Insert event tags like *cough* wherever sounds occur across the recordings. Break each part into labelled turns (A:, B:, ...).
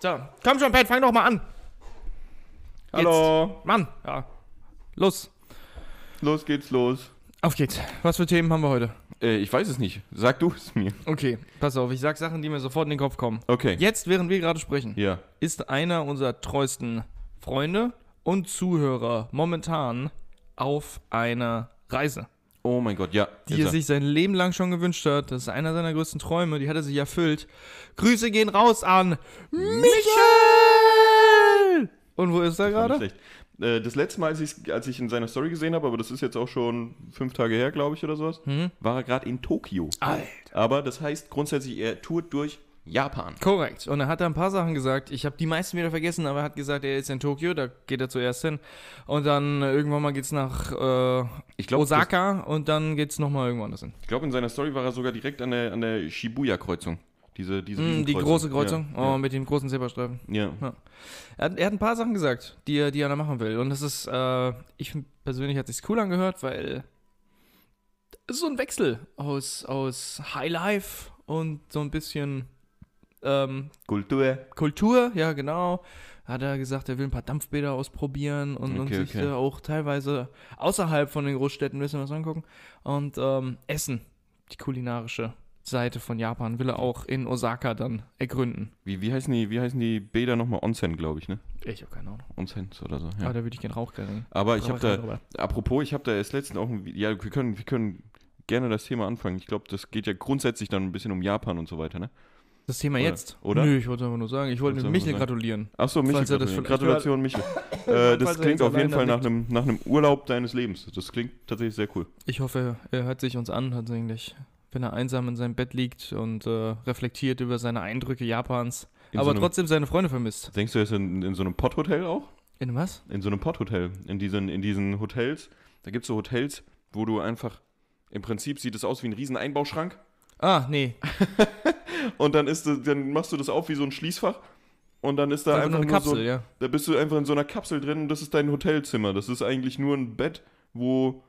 A: So, komm schon, Pat, fang doch mal an.
B: Hallo.
A: Jetzt. Mann, ja. Los,
B: Los geht's los.
A: auf geht's. Was für Themen haben wir heute?
B: Äh, ich weiß es nicht. Sag du es mir.
A: Okay, pass auf, ich sag Sachen, die mir sofort in den Kopf kommen.
B: Okay.
A: Jetzt, während wir gerade sprechen,
B: Ja.
A: ist einer unserer treuesten Freunde und Zuhörer momentan auf einer Reise,
B: Oh mein Gott, ja.
A: die
B: Jetzt
A: er sich sein Leben lang schon gewünscht hat. Das ist einer seiner größten Träume, die hat er sich erfüllt. Grüße gehen raus an Michael! Und wo ist er
B: sag-
A: gerade?
B: Nicht schlecht. Äh, das letzte Mal, als, ich's- als ich in seiner Story gesehen habe, aber das ist jetzt auch schon fünf Tage her, glaube ich, oder sowas, war er gerade in Tokio.
A: Hm? Alter.
B: Aber das heißt grundsätzlich, er tourt durch Japan.
A: Korrekt. Und er hat da ein paar Sachen gesagt. Ich habe die meisten wieder vergessen, aber er hat gesagt, er ist in Tokio, da geht er zuerst hin. Und dann äh, irgendwann mal geht's nach äh,
B: Ich glaub,
A: Osaka und dann geht's nochmal irgendwo anders hin.
B: Ich glaube, in seiner Story war er sogar direkt an der, an der Shibuya-Kreuzung. Diese, diese
A: Mm, die
B: Riesenkreuzung.
A: große Kreuzung
B: Ja.
A: oh, mit den großen Zebrastreifen.
B: ja. ja.
A: Er hat, er hat ein paar Sachen gesagt, die er, die er da machen will. Und das ist, äh, ich find- persönlich hat sich's cool angehört, weil es ist so ein Wechsel aus, aus High Life und so ein bisschen ähm,
B: Kultur.
A: Kultur, ja genau. Hat er gesagt, er will ein paar Dampfbäder ausprobieren und, und
B: Okay,
A: sich
B: okay.
A: äh, auch teilweise außerhalb von den Großstädten ein bisschen was angucken. Und ähm, Essen, die kulinarische Seite von Japan, will er auch in Osaka dann ergründen.
B: Wie, wie, heißen die, wie heißen die Bäder nochmal? Onsen, glaube ich, ne?
A: Ich habe keine Ahnung.
B: Onsens oder so.
A: Aber
B: Ja.
A: da würde ich gerne Rauch kriegen.
B: Aber ich
A: Aber
B: habe
A: kann
B: da,
A: man drüber.
B: Apropos, ich habe da erst letztens auch ein Vi- Ja, wir können, wir können gerne das Thema anfangen. Ich glaube, das geht ja grundsätzlich dann ein bisschen um Japan und so weiter, ne?
A: Das Thema
B: Oder-
A: jetzt?
B: oder?
A: Nö, ich wollte einfach nur sagen, ich wollte
B: Wolltest
A: dem
B: du
A: Michel
B: einfach
A: gratulieren.
B: Achso, Michel.
A: Falls er das
B: Gratulation,
A: vielleicht
B: Gratulation
A: *laughs*
B: Michel. Äh,
A: Falls
B: das
A: er
B: klingt
A: jetzt
B: auf jeden Fall
A: alleine
B: nach einem, nach einem Urlaub deines Lebens. Das klingt tatsächlich sehr cool.
A: Ich hoffe, er hört sich uns an, tatsächlich. Wenn er einsam in seinem Bett liegt und äh, reflektiert über seine Eindrücke Japans,
B: In so
A: aber
B: einem-
A: trotzdem seine Freunde vermisst.
B: Denkst du, er ist in, in so einem Potthotel auch?
A: In was?
B: In so einem Potthotel. In diesen, in diesen Hotels. Da gibt es so Hotels, wo du einfach. Im Prinzip sieht es aus wie ein riesen Einbauschrank.
A: Ah, nee,
B: Und dann, ist, das- dann machst du das auf wie so ein Schließfach. Und dann ist da
A: Einfach
B: einfach,
A: nur eine
B: nur so
A: Kapsel, ja.
B: Da bist du einfach in so einer Kapsel drin und das ist dein Hotelzimmer. Das ist eigentlich nur ein Bett, wo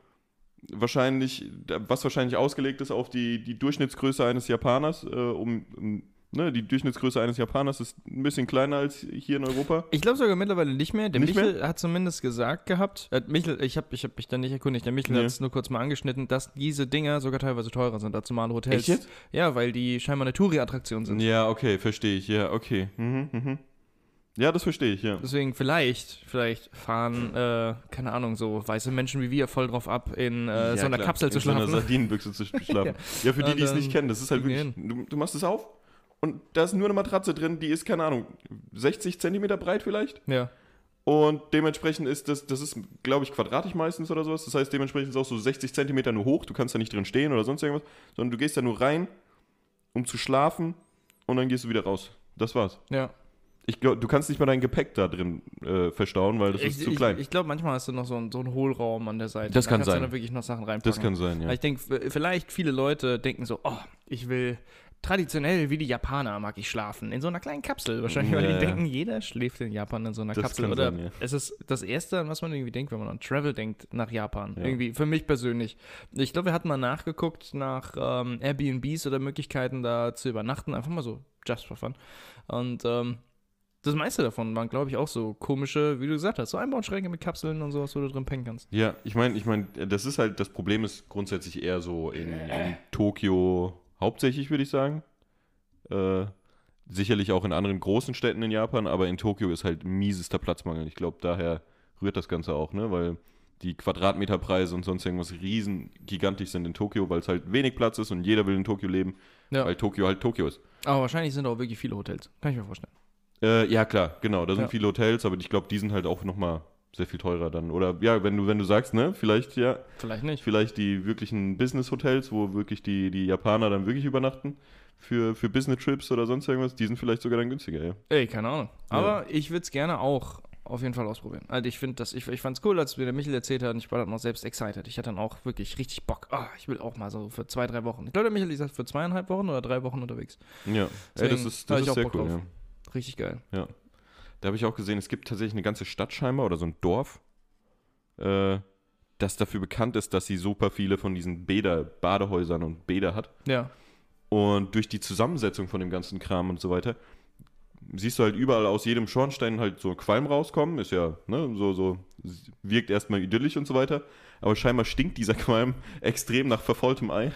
B: wahrscheinlich, was wahrscheinlich ausgelegt ist auf die, die Durchschnittsgröße eines Japaners, äh, um, um ne, die Durchschnittsgröße eines Japaners ist ein bisschen kleiner als hier in Europa.
A: Ich glaube sogar mittlerweile nicht mehr. Der
B: Nicht
A: Michel hat zumindest gesagt gehabt, äh, Michel, ich habe ich hab mich da nicht erkundigt, der Michel
B: Nee.
A: hat es nur kurz mal angeschnitten, dass diese Dinger sogar teilweise teurer sind, als normale Hotels.
B: Echt jetzt?
A: Ja, weil die scheinbar eine Touri-Attraktion sind.
B: Ja, okay, verstehe ich. Ja, okay. Mhm, mhm. Ja, das verstehe ich, ja.
A: Deswegen vielleicht, vielleicht fahren, äh, keine Ahnung, so weiße Menschen wie wir voll drauf ab, in äh,
B: ja,
A: so einer
B: klar.
A: Kapsel zu
B: In So
A: schlafen.
B: einer
A: *laughs*
B: Sardinenbüchse zu schlafen. ja. für die,
A: Und
B: die es nicht
A: dann
B: kennen, das ist halt
A: gehen wir
B: wirklich. Du, du machst es auf und da ist nur eine Matratze drin, die ist, keine Ahnung, 60 Zentimeter breit vielleicht?
A: ja.
B: Und dementsprechend ist das, das ist, glaube ich, quadratisch meistens oder sowas. Das heißt, dementsprechend ist auch so 60 Zentimeter nur hoch. Du kannst da nicht drin stehen oder sonst irgendwas, sondern du gehst da nur rein, um zu schlafen und dann gehst du wieder raus. Das war's.
A: ja.
B: Ich glaube, du kannst nicht mal dein Gepäck da drin äh, verstauen, weil das ist
A: ich
B: zu klein.
A: ich, ich glaube, manchmal hast du noch so, einen- so einen Hohlraum an der Seite.
B: Das
A: Da
B: kann
A: kannst du
B: sein.
A: dann wirklich noch Sachen reinpacken.
B: das kann sein,
A: Weil
B: ja.
A: Ich denke, vielleicht viele Leute denken so, oh, ich will traditionell wie die Japaner mag ich schlafen. In so einer kleinen Kapsel wahrscheinlich, weil
B: Ja,
A: die
B: ja.
A: denken, jeder schläft in Japan in so einer
B: Das
A: Kapsel.
B: kann
A: Oder
B: sein, ja.
A: es ist das Erste, an was man irgendwie denkt, wenn man an Travel denkt nach Japan.
B: Ja.
A: Irgendwie, für mich persönlich. Ich glaube, wir hatten mal nachgeguckt nach ähm, Airbnbs oder Möglichkeiten da zu übernachten. Einfach mal so, just for fun. Und ähm, das meiste davon waren, glaube ich, auch so komische, wie du gesagt hast, so Einbauschränke mit Kapseln und sowas, wo du drin pennen kannst.
B: Ja, ich meine, ich meine, das ist halt, das Problem ist grundsätzlich eher so in, in Tokio, hauptsächlich würde ich sagen. Äh, sicherlich auch in anderen großen Städten in Japan, aber in Tokio ist halt miesester Platzmangel. Ich glaube, daher rührt das Ganze auch, ne? Weil die Quadratmeterpreise und sonst irgendwas riesen gigantisch sind in Tokio, weil es halt wenig Platz ist und jeder will in Tokio leben,
A: Ja.
B: weil Tokio halt Tokio ist.
A: Aber wahrscheinlich sind auch wirklich viele Hotels. Kann ich mir vorstellen.
B: Äh, ja, klar, genau. Da sind
A: Ja.
B: viele Hotels, aber ich glaube, die sind halt auch nochmal sehr viel teurer dann. Oder ja, wenn du, wenn du sagst, ne, vielleicht, ja,
A: Vielleicht nicht.
B: vielleicht die wirklichen Business-Hotels, wo wirklich die, die Japaner dann wirklich übernachten für, für Business-Trips oder sonst irgendwas, die sind vielleicht sogar dann günstiger, ja.
A: Ey, keine Ahnung.
B: Ja.
A: Aber ich würde es gerne auch auf jeden Fall ausprobieren. Also ich finde das, ich, ich fand's cool, als mir der Michel erzählt hat und ich war dann auch selbst excited. Ich hatte dann auch wirklich richtig Bock. Ah, ich will auch mal so für zwei, drei Wochen. Ich glaube, der Michel ist jetzt für zweieinhalb Wochen oder drei Wochen unterwegs.
B: Ja, Ey,
A: Deswegen
B: das ist,
A: hab
B: das
A: ich
B: ist
A: auch
B: sehr
A: Bock
B: cool,
A: drauf.
B: ja.
A: Richtig geil.
B: Da habe ich auch gesehen, es gibt tatsächlich eine ganze Stadt scheinbar oder so ein Dorf, äh, das dafür bekannt ist, dass sie super viele von diesen Bäder, Badehäusern und Bäder hat.
A: Ja.
B: Und durch die Zusammensetzung von dem ganzen Kram und so weiter siehst du halt überall aus jedem Schornstein halt so Qualm rauskommen. Ist ja, ne, so, so wirkt erstmal idyllisch und so weiter. Aber scheinbar stinkt dieser *laughs* Qualm extrem nach verfaultem Ei.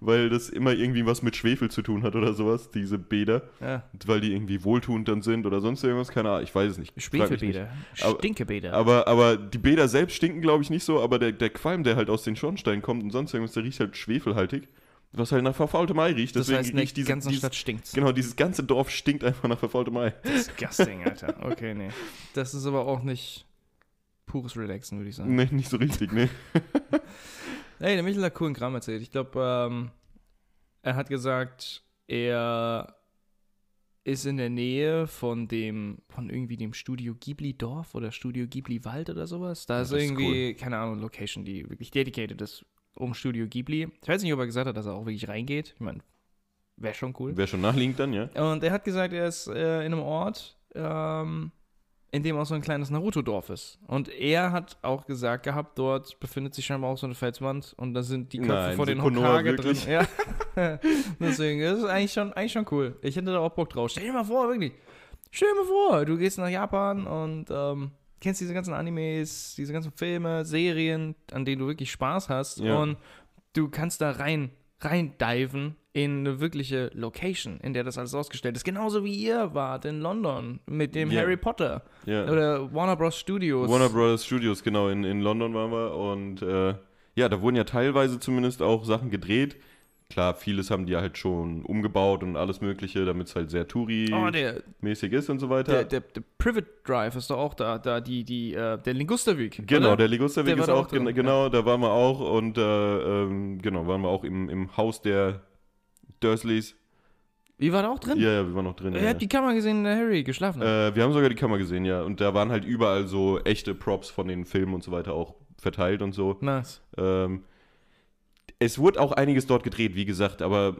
B: Weil das immer irgendwie was mit Schwefel zu tun hat oder sowas, diese Bäder.
A: Ja.
B: Weil die irgendwie wohltuend dann sind oder sonst irgendwas, keine Ahnung, ich weiß es nicht. Frag mich nicht.
A: Schwefelbäder.
B: Aber-
A: Stinkebäder.
B: Aber, aber die Bäder selbst stinken, glaube ich, nicht so, aber der, der Qualm, der halt aus den Schornsteinen kommt und sonst irgendwas, der riecht halt schwefelhaltig, was halt nach verfaultem Ei riecht.
A: das
B: Deswegen
A: heißt, in der
B: riecht diese,
A: ganzen
B: dieses,
A: Stadt stinkt's.
B: Genau, dieses ganze Dorf stinkt einfach nach verfaultem Ei.
A: Disgusting, Alter. Okay, nee. Das ist aber auch nicht pures Relaxen, würde ich sagen.
B: Nee, nicht so
A: *laughs*
B: richtig, ne?
A: Ey, der Michel hat coolen Kram erzählt. Ich glaube, ähm, er hat gesagt, er ist in der Nähe von dem, von irgendwie dem Studio Ghibli Dorf oder Studio Ghibli Wald oder sowas. Da ist
B: das ist
A: irgendwie, keine Ahnung, Location, die wirklich dedicated ist um Studio Ghibli. Ich weiß nicht, ob er gesagt hat, dass er auch wirklich reingeht. Ich meine, wäre schon cool.
B: Wäre schon naheliegend dann, ja?
A: Und er hat gesagt, er ist äh, in einem Ort, ähm, in dem auch so ein kleines Naruto-Dorf ist. Und er hat auch gesagt gehabt, dort befindet sich scheinbar auch so eine Felswand und da sind die Köpfe
B: Nein,
A: von den
B: sind Konoha
A: Hokage
B: wirklich?
A: drin. Ja. *laughs* Deswegen, das ist eigentlich schon, eigentlich schon cool. Ich hätte da auch Bock drauf. Stell dir mal vor, wirklich. Stell dir mal vor, du gehst nach Japan und ähm, kennst diese ganzen Animes, diese ganzen Filme, Serien, an denen du wirklich Spaß hast
B: Ja.
A: und du kannst da rein, rein diven in eine wirkliche Location, in der das alles ausgestellt ist. Genauso wie ihr wart in London mit dem
B: Ja.
A: Harry Potter
B: ja.
A: oder Warner Bros. Studios.
B: Warner Brothers Studios, genau, in, in London waren wir und äh, ja, da wurden ja teilweise zumindest auch Sachen gedreht. Klar, vieles haben die halt schon umgebaut und alles mögliche, damit es halt sehr
A: Oh,
B: Touri-mäßig
A: der,
B: ist und so weiter.
A: der, der, der Privet Drive ist doch auch da, da die, die, äh, der Lingusterweg.
B: Genau,
A: oder?
B: der Ligusterweg
A: Der war
B: ist
A: da
B: auch,
A: auch drin,
B: gen-
A: ja.
B: genau, da waren wir auch und äh, ähm, genau, waren wir auch im, im Haus der Dursleys.
A: Ihr wart auch drin?
B: Ja, ja, wir waren noch drin.
A: Ihr
B: ja,
A: habt die Kamera gesehen, in der Harry geschlafen hat.
B: ja. Äh, wir haben sogar die Kammer gesehen, ja. Und da waren halt überall so echte Props von den Filmen und so weiter auch verteilt und so.
A: Nice.
B: Ähm, es wurde auch einiges dort gedreht, wie gesagt, aber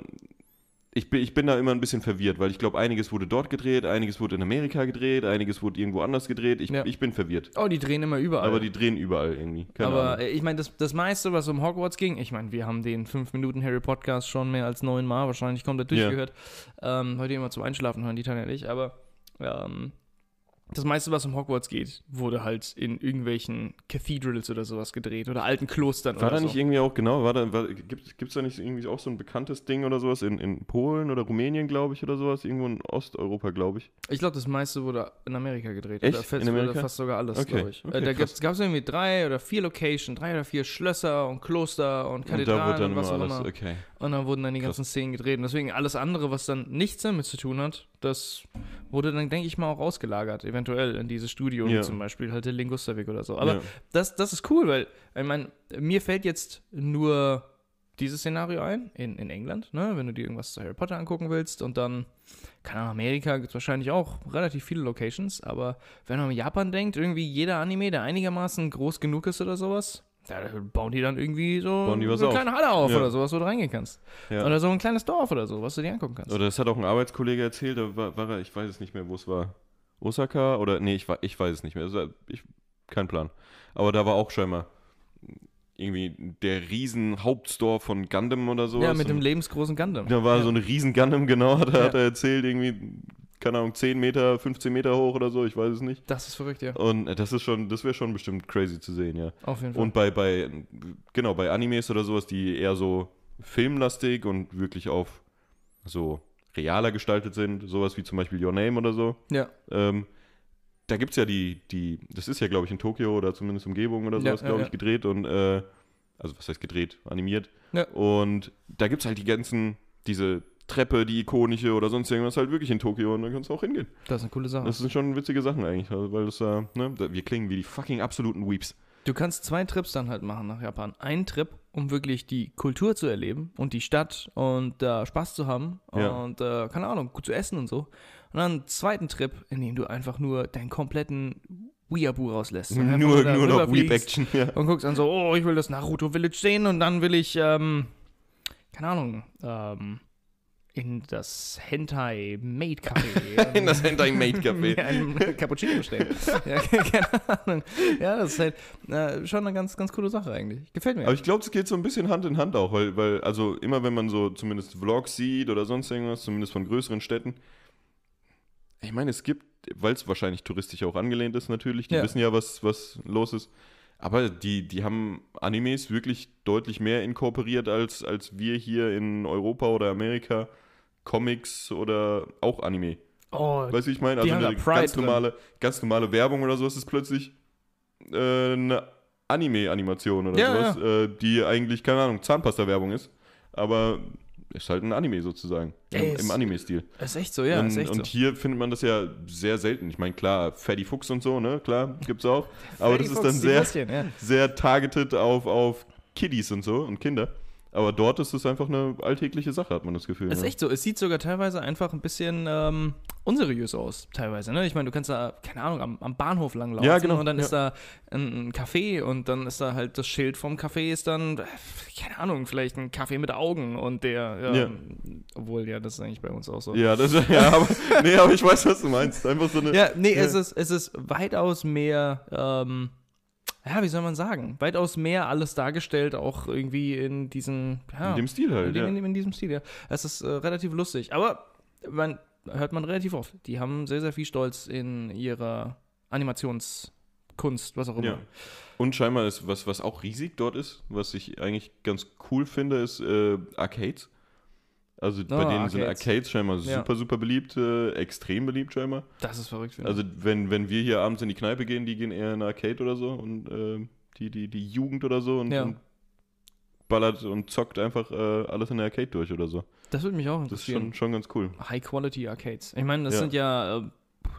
B: ich bin, ich bin da immer ein bisschen verwirrt, weil ich glaube, einiges wurde dort gedreht, einiges wurde in Amerika gedreht, einiges wurde irgendwo anders gedreht. Ich,
A: Ja.
B: ich bin verwirrt.
A: Oh, die drehen immer überall.
B: Aber die drehen überall irgendwie. Keine
A: Aber
B: Ahnung.
A: äh, ich meine, das, das meiste, was um Hogwarts ging, ich meine, wir haben den 5-Minuten-Harry-Podcast schon mehr als neunmal wahrscheinlich komplett
B: Ja.
A: durchgehört. Ähm, heute immer zum Einschlafen hören, die Tanja nicht, aber ähm, das meiste, was um Hogwarts geht, wurde halt in irgendwelchen Cathedrals oder sowas gedreht oder alten Klostern
B: War
A: oder
B: da
A: so.
B: nicht irgendwie auch, genau, war da, war, gibt es da nicht irgendwie auch so ein bekanntes Ding oder sowas in, in Polen oder Rumänien, glaube ich, oder sowas? Irgendwo in Osteuropa, glaube ich.
A: Ich glaube, das meiste wurde in Amerika gedreht.
B: Echt?
A: Oder fast,
B: In Amerika?
A: Oder fast sogar alles,
B: Okay.
A: glaube ich.
B: Okay,
A: äh, da
B: krass.
A: gab es irgendwie drei oder vier Locations, drei oder vier Schlösser und Kloster und
B: Und da
A: Kathedralen
B: wurde
A: und,
B: dann
A: was
B: immer
A: auch
B: alles,
A: immer.
B: okay.
A: Und dann wurden dann die
B: Krass.
A: ganzen Szenen gedreht. Und deswegen alles andere, was dann nichts damit zu tun hat, das wurde dann, denke ich mal, auch ausgelagert, eventuell in dieses Studio, wie
B: Ja.
A: zum Beispiel halt der Lingusterweg oder so. Aber
B: ja.
A: das, das ist cool, weil, ich meine, mir fällt jetzt nur dieses Szenario ein, in, in England, ne? wenn du dir irgendwas zu Harry Potter angucken willst und dann, keine Ahnung, Amerika gibt es wahrscheinlich auch relativ viele Locations, aber wenn man an Japan denkt, irgendwie jeder Anime, der einigermaßen groß genug ist oder sowas, da bauen die dann irgendwie so
B: Bauen die was
A: eine
B: auf.
A: kleine Halle auf
B: Ja.
A: oder sowas, wo du reingehen kannst.
B: Ja.
A: Oder so ein kleines Dorf oder so, was du dir angucken kannst.
B: Oder das hat auch ein Arbeitskollege erzählt, da war, war er, ich weiß es nicht mehr, wo es war. Osaka oder, nee, ich, wa- ich weiß es nicht mehr. Es war, ich, kein Plan. Aber da war auch scheinbar irgendwie der riesen Hauptstore von Gundam oder sowas.
A: ja, mit dem
B: Und
A: lebensgroßen Gundam.
B: Da war
A: ja.
B: so ein riesen Gundam, genau, *laughs* hat, er-
A: Ja.
B: hat er erzählt, irgendwie, keine Ahnung, 10 Meter, 15 Meter hoch oder so, ich weiß es nicht.
A: Das ist verrückt, ja.
B: Und äh, das ist schon, das wäre schon bestimmt crazy zu sehen, ja.
A: Auf jeden Fall.
B: Und bei, bei, genau, bei Animes oder sowas, die eher so filmlastig und wirklich auf so realer gestaltet sind, sowas wie zum Beispiel Your Name oder so,
A: ja.
B: ähm, da gibt es ja die, die, das ist ja, glaube ich, in Tokio oder zumindest Umgebung oder
A: Ja,
B: sowas,
A: ja,
B: glaube
A: ja.
B: ich, gedreht und, äh, also was heißt gedreht, animiert.
A: Ja.
B: Und da gibt es halt die ganzen, diese Treppe, die ikonische oder sonst irgendwas halt wirklich in Tokio und dann kannst du auch hingehen.
A: Das ist eine coole Sache.
B: Das sind schon witzige Sachen eigentlich, also, weil das, äh, ne, da- wir klingen wie die fucking absoluten Weeps.
A: Du kannst zwei Trips dann halt machen nach Japan. Einen Trip, um wirklich die Kultur zu erleben und die Stadt und da Spaß zu haben
B: Ja.
A: und äh, keine Ahnung, gut zu essen und so. Und dann einen zweiten Trip, in dem du einfach nur deinen kompletten Weeaboo rauslässt. Und einfach
B: Nur,
A: da
B: nur noch
A: rüberfliegst
B: Weep-Action,
A: *laughs*
B: ja. *laughs*
A: Und guckst dann so, oh, ich will das Naruto Village sehen und dann will ich, ähm, keine Ahnung, ähm, in das Hentai Maid
B: *laughs*
A: Café.
B: In das Hentai
A: *laughs*
B: Maid Café.
A: Mir einen Cappuccino
B: *laughs*
A: bestellen. ja, *laughs* keine Ahnung. Ja, das ist halt äh, schon eine ganz, ganz coole Sache eigentlich. Gefällt mir.
B: Aber ich glaube, es geht so ein bisschen Hand in Hand auch, weil, weil, also immer wenn man so zumindest Vlogs sieht oder sonst irgendwas, zumindest von größeren Städten, Ich meine, es gibt, weil es wahrscheinlich touristisch auch angelehnt ist natürlich, die
A: Ja.
B: wissen ja, was, was los ist. Aber die, die haben Animes wirklich deutlich mehr inkorporiert, als, als wir hier in Europa oder Amerika. Comics oder auch Anime.
A: Oh,
B: Weißt du, wie ich meine?
A: Die
B: Also
A: haben
B: eine
A: da Pride
B: ganz
A: drin.
B: normale, ganz normale Werbung oder so ist es plötzlich äh, eine Anime-Animation oder
A: Ja,
B: sowas, Äh, die eigentlich, keine Ahnung, Zahnpasta-Werbung ist. Aber ist halt ein Anime sozusagen.
A: Ey,
B: Im,
A: ist-
B: im Anime-Stil.
A: ist echt so, ja,
B: und
A: ist echt
B: und
A: so.
B: hier findet man das ja sehr selten. Ich meine, klar, Fatty Fuchs und so, ne? Klar, gibt's auch. Aber das ist dann sehr,
A: Sebastian, ja.
B: sehr targeted auf, auf Kiddies und so und Kinder. Aber dort ist es einfach eine alltägliche Sache, hat man das Gefühl.
A: Ist
B: ne?
A: echt so. Es sieht sogar teilweise einfach ein bisschen ähm, unseriös aus, teilweise. Ne? Ich meine, du kannst da, keine Ahnung, am, am Bahnhof langlaufen
B: Ja, genau,
A: und dann ist da ein, ein Café und dann ist da halt das Schild vom Café ist dann, äh, keine Ahnung, vielleicht ein Kaffee mit Augen und der, ähm,
B: Ja.
A: obwohl, ja, das ist eigentlich bei uns auch so.
B: Ja, das, *laughs* ja aber, nee, aber ich weiß, was du meinst. Einfach so eine, *laughs*
A: Ja, nee, Es, ist, es ist weitaus mehr, ähm, ja, wie soll man sagen, weitaus mehr alles dargestellt, auch irgendwie in diesen, ja,
B: In dem Stil halt,
A: Ah. in, dem-
B: ja.
A: in, dem- in diesem Stil, ja. Es ist äh, relativ lustig, aber man, hört man relativ oft. Die haben sehr, sehr viel Stolz in ihrer Animationskunst, was auch immer.
B: ja. Und scheinbar ist, was, was auch riesig dort ist, was ich eigentlich ganz cool finde, ist äh, Arcades. Also bei
A: Ah,
B: denen sind
A: Arcades.
B: Arcades scheinbar
A: Ja.
B: super, super beliebt, äh, extrem beliebt scheinbar.
A: Das ist verrückt, finde ich.
B: Also wenn, wenn wir hier abends in die Kneipe gehen, die gehen eher in eine Arcade oder so und äh, die, die, die Jugend oder so und,
A: Ja.
B: und ballert und zockt einfach äh, alles in der Arcade durch oder so.
A: das würde mich auch
B: Das ist
A: interessieren.
B: schon, schon ganz cool.
A: High-Quality-Arcades. Ich meine, das
B: Ja.
A: sind ja, äh,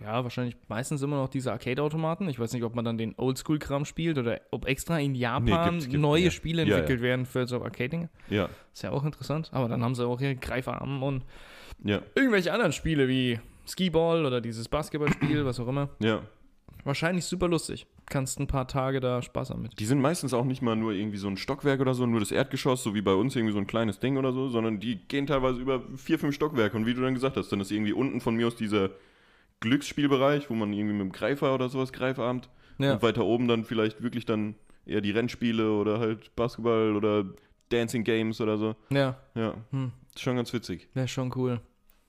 A: ja, wahrscheinlich meistens immer noch diese Arcade-Automaten. Ich weiß nicht, ob man dann den Oldschool-Kram spielt oder ob extra in Japan
B: gibt's- gibt's-
A: neue
B: ja.
A: Spiele
B: Ja,
A: entwickelt werden für so Arcade-Dinge.
B: Ja,
A: Ist ja auch interessant. Aber dann haben sie auch hier Greifarmen und
B: ja,
A: irgendwelche anderen Spiele wie Skiball oder dieses Basketballspiel, was auch immer.
B: ja.
A: Wahrscheinlich super lustig. Kannst ein paar Tage da Spaß haben mit.
B: Die sind meistens auch nicht mal nur irgendwie so ein Stockwerk oder so, nur das Erdgeschoss, so wie bei uns irgendwie so ein kleines Ding oder so, sondern die gehen teilweise über vier, fünf Stockwerke. Und wie du dann gesagt hast, dann ist irgendwie unten von mir aus dieser Glücksspielbereich, wo man irgendwie mit dem Greifer oder sowas greifarmt.
A: Ja.
B: Und weiter oben dann vielleicht wirklich dann eher die Rennspiele oder halt Basketball oder Dancing Games oder so.
A: Ja,
B: Ja,
A: Hm.
B: ist schon ganz witzig.
A: wäre schon cool.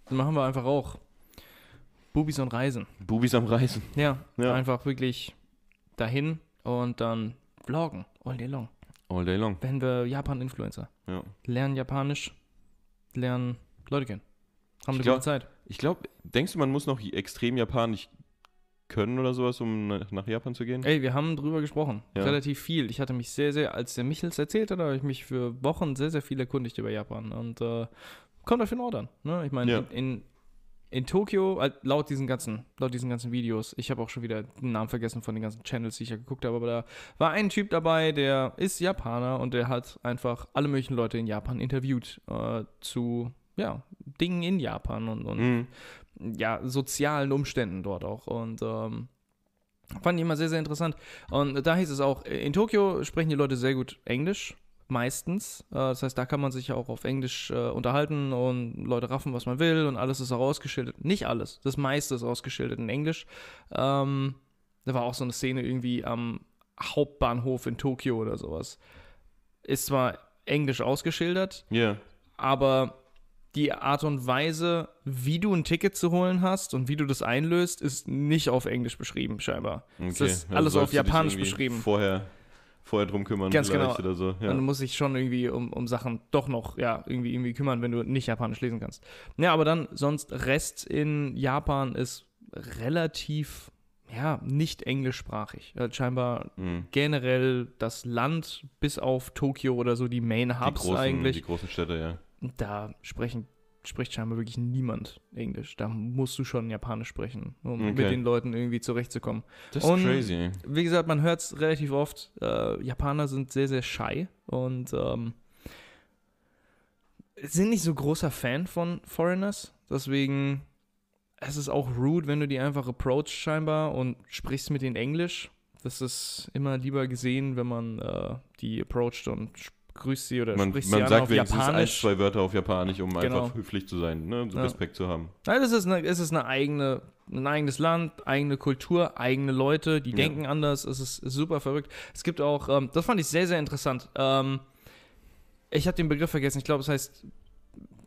A: Dann machen wir einfach auch. Bubis und Reisen.
B: Bubis am Reisen.
A: Ja,
B: Ja.
A: einfach wirklich dahin und dann vloggen. All day long.
B: All day long.
A: Wenn wir Japan-Influencer.
B: Ja.
A: Lernen Japanisch, lernen Leute kennen. Haben eine
B: Ich glaub-
A: gute Zeit.
B: Ich glaube, denkst du, man muss noch extrem japanisch können oder sowas, um nach Japan zu gehen?
A: Ey, wir haben drüber gesprochen.
B: Ja.
A: Relativ viel. Ich hatte mich sehr, sehr, als der Michels erzählt hat, habe ich mich für Wochen sehr, sehr viel erkundigt über Japan. Und äh, kommt auf den Ort an. Ne? Ich meine,
B: Ja.
A: in, in, in Tokio, äh, laut diesen ganzen, laut diesen ganzen Videos, ich habe auch schon wieder den Namen vergessen von den ganzen Channels, die ich ja geguckt habe, aber da war ein Typ dabei, der ist Japaner und der hat einfach alle möglichen Leute in Japan interviewt äh, zu, ja, Dingen in Japan und, und
B: Mhm.
A: ja, sozialen Umständen dort auch. Und ähm, fand ich immer sehr, sehr interessant. Und da hieß es auch, in Tokio sprechen die Leute sehr gut Englisch. Meistens. Äh, Das heißt, da kann man sich ja auch auf Englisch äh, unterhalten und Leute raffen, was man will und alles ist auch ausgeschildert. Nicht alles, das meiste ist ausgeschildert in Englisch. Ähm, da war auch so eine Szene irgendwie am Hauptbahnhof in Tokio oder sowas. Ist zwar englisch ausgeschildert,
B: Ja.
A: aber die Art und Weise, wie du ein Ticket zu holen hast und wie du das einlöst, ist nicht auf Englisch beschrieben, scheinbar. Es
B: Okay,
A: ist
B: also
A: alles auf
B: sollst du dich
A: Japanisch
B: irgendwie
A: beschrieben.
B: Vorher, vorher drum kümmern,
A: Ganz
B: vielleicht
A: genau.
B: oder so. Ja.
A: Und du musst dich schon irgendwie um, um Sachen doch noch, ja, irgendwie, irgendwie kümmern, wenn du nicht Japanisch lesen kannst. Ja, aber dann sonst Rest in Japan ist relativ, ja, nicht englischsprachig. Äh, Scheinbar
B: Mhm.
A: generell das Land bis auf Tokio oder so, die Main
B: Die,
A: Hubs
B: großen,
A: eigentlich.
B: die großen Städte, ja.
A: da sprechen, spricht scheinbar wirklich niemand Englisch. Da musst du schon Japanisch sprechen, um
B: Okay.
A: mit den Leuten irgendwie zurechtzukommen.
B: Das
A: Und-
B: ist crazy, ey.
A: Wie gesagt, man hört es relativ oft. Äh, Japaner sind sehr, sehr shy und ähm, sind nicht so großer Fan von Foreigners. Deswegen es ist auch rude, wenn du die einfach approach scheinbar und sprichst mit denen Englisch. Das ist immer lieber gesehen, wenn man äh, die approacht und sch- grüßt sie oder
B: Man, man
A: spricht sie an
B: sagt
A: auf
B: wenigstens ein,
A: Japanisch.
B: zwei Wörter auf Japanisch, um
A: Genau.
B: einfach höflich zu sein, ne? so
A: Ja.
B: Respekt zu haben.
A: Nein, es ist, eine, es ist eine eigene, ein eigenes Land, eigene Kultur, eigene Leute, die
B: Ja.
A: denken anders. Es ist super verrückt. Es gibt auch, ähm, das fand ich sehr, sehr interessant. Ähm, ich habe den Begriff vergessen. Ich glaube, es heißt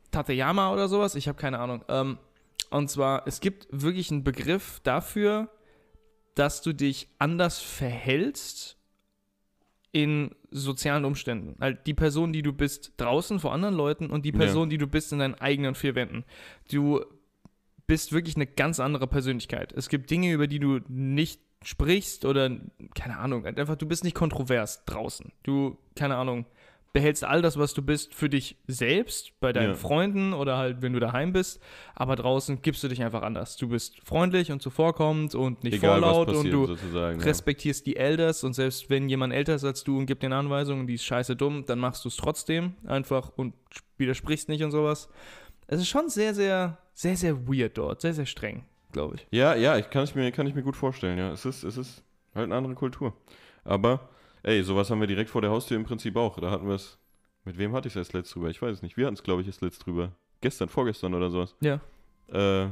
A: Tateyama oder sowas. Ich habe keine Ahnung. Ähm, Und zwar, es gibt wirklich einen Begriff dafür, dass du dich anders verhältst in sozialen Umständen. Halt die Person, die du bist draußen vor anderen Leuten und die
B: Ja.
A: Person, die du bist in deinen eigenen vier Wänden. Du bist wirklich eine ganz andere Persönlichkeit. Es gibt Dinge, über die du nicht sprichst oder keine Ahnung, halt einfach du bist nicht kontrovers draußen. Du keine Ahnung, behältst all das, was du bist für dich selbst, bei deinen
B: Ja.
A: Freunden oder halt wenn du daheim bist, aber draußen gibst du dich einfach anders. Du bist freundlich und zuvorkommend und nicht
B: Egal, was
A: vorlaut und
B: passiert,
A: du
B: sozusagen. ja.
A: respektierst die Elders und selbst wenn jemand älter ist als du und gibt den Anweisungen, die ist scheiße dumm, dann machst du es trotzdem einfach und widersprichst nicht und sowas. Es ist schon sehr, sehr, sehr, sehr weird dort, sehr, sehr streng, glaube ich.
B: Ja, ja, ich kann ich mir, kann ich mir gut vorstellen, ja. Es ist, es ist halt eine andere Kultur. Aber, ey, sowas haben wir direkt vor der Haustür im Prinzip auch. Da hatten wir es. Mit wem hatte ich es erst letzt drüber? Ich weiß es nicht. Wir hatten es, glaube ich, erst letzt drüber. Gestern, vorgestern oder sowas.
A: Ja.
B: Äh,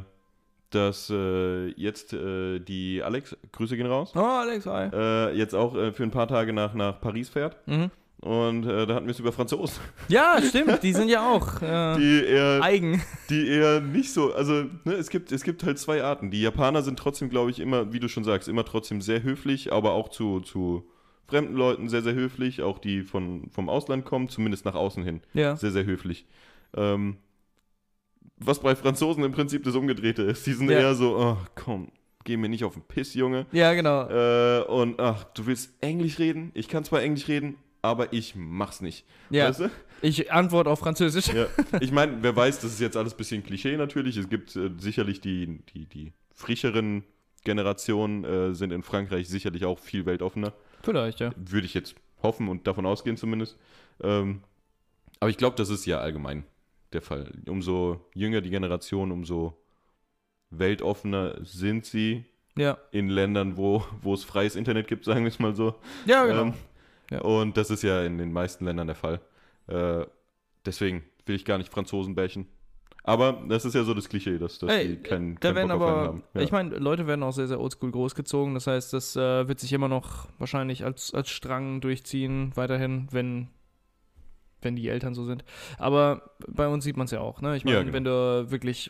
B: dass äh, jetzt äh, die Alex, Grüße gehen raus,
A: Oh, Alex, hi.
B: äh, jetzt auch äh, für ein paar Tage nach, nach Paris fährt.
A: Mhm.
B: Und äh, da hatten wir es über Franzosen,
A: Ja, stimmt, die sind ja auch äh,
B: *laughs* die eher,
A: eigen.
B: die eher nicht so, also ne, es, gibt, es gibt halt zwei Arten. Die Japaner sind trotzdem, glaube ich, immer, wie du schon sagst, immer trotzdem sehr höflich, aber auch zu, zu fremden Leuten sehr, sehr höflich, auch die von, vom Ausland kommen, zumindest nach außen hin,
A: Ja.
B: sehr, sehr höflich. Ähm, was bei Franzosen im Prinzip das Umgedrehte ist. Die sind
A: Ja.
B: eher so, ach komm, geh mir nicht auf den Piss, Junge.
A: Ja, genau.
B: Äh, und ach, du willst Englisch reden? Ich kann zwar Englisch reden, aber ich mach's nicht.
A: Ja.
B: Weißt du?
A: Ich antworte auf Französisch. *laughs*
B: Ja, ich meine, wer weiß, das ist jetzt alles ein bisschen Klischee natürlich. Es gibt äh, sicherlich die, die, die frischeren Generationen äh, sind in Frankreich sicherlich auch viel weltoffener.
A: Vielleicht, ja.
B: Würde ich jetzt hoffen und davon ausgehen zumindest. Ähm, aber ich glaube, das ist ja allgemein der Fall. Umso jünger die Generation, umso weltoffener sind sie
A: Ja,
B: in Ländern, wo, wo es freies Internet gibt, sagen wir es mal so.
A: ja genau.
B: Ähm,
A: Ja.
B: Und das ist ja in den meisten Ländern der Fall. Äh, deswegen will ich gar nicht Franzosen bächen. Aber das ist ja so das Klischee, dass, dass
A: Ey,
B: die keinen
A: Da
B: keinen
A: werden
B: Bock auf einen
A: aber,
B: haben. Ja.
A: ich meine, Leute werden auch sehr, sehr oldschool großgezogen. Das heißt, das äh, wird sich immer noch wahrscheinlich als, als Strang durchziehen, weiterhin, wenn, wenn die Eltern so sind. Aber bei uns sieht man es ja auch. Ne? Ich meine,
B: Ja, genau.
A: wenn du wirklich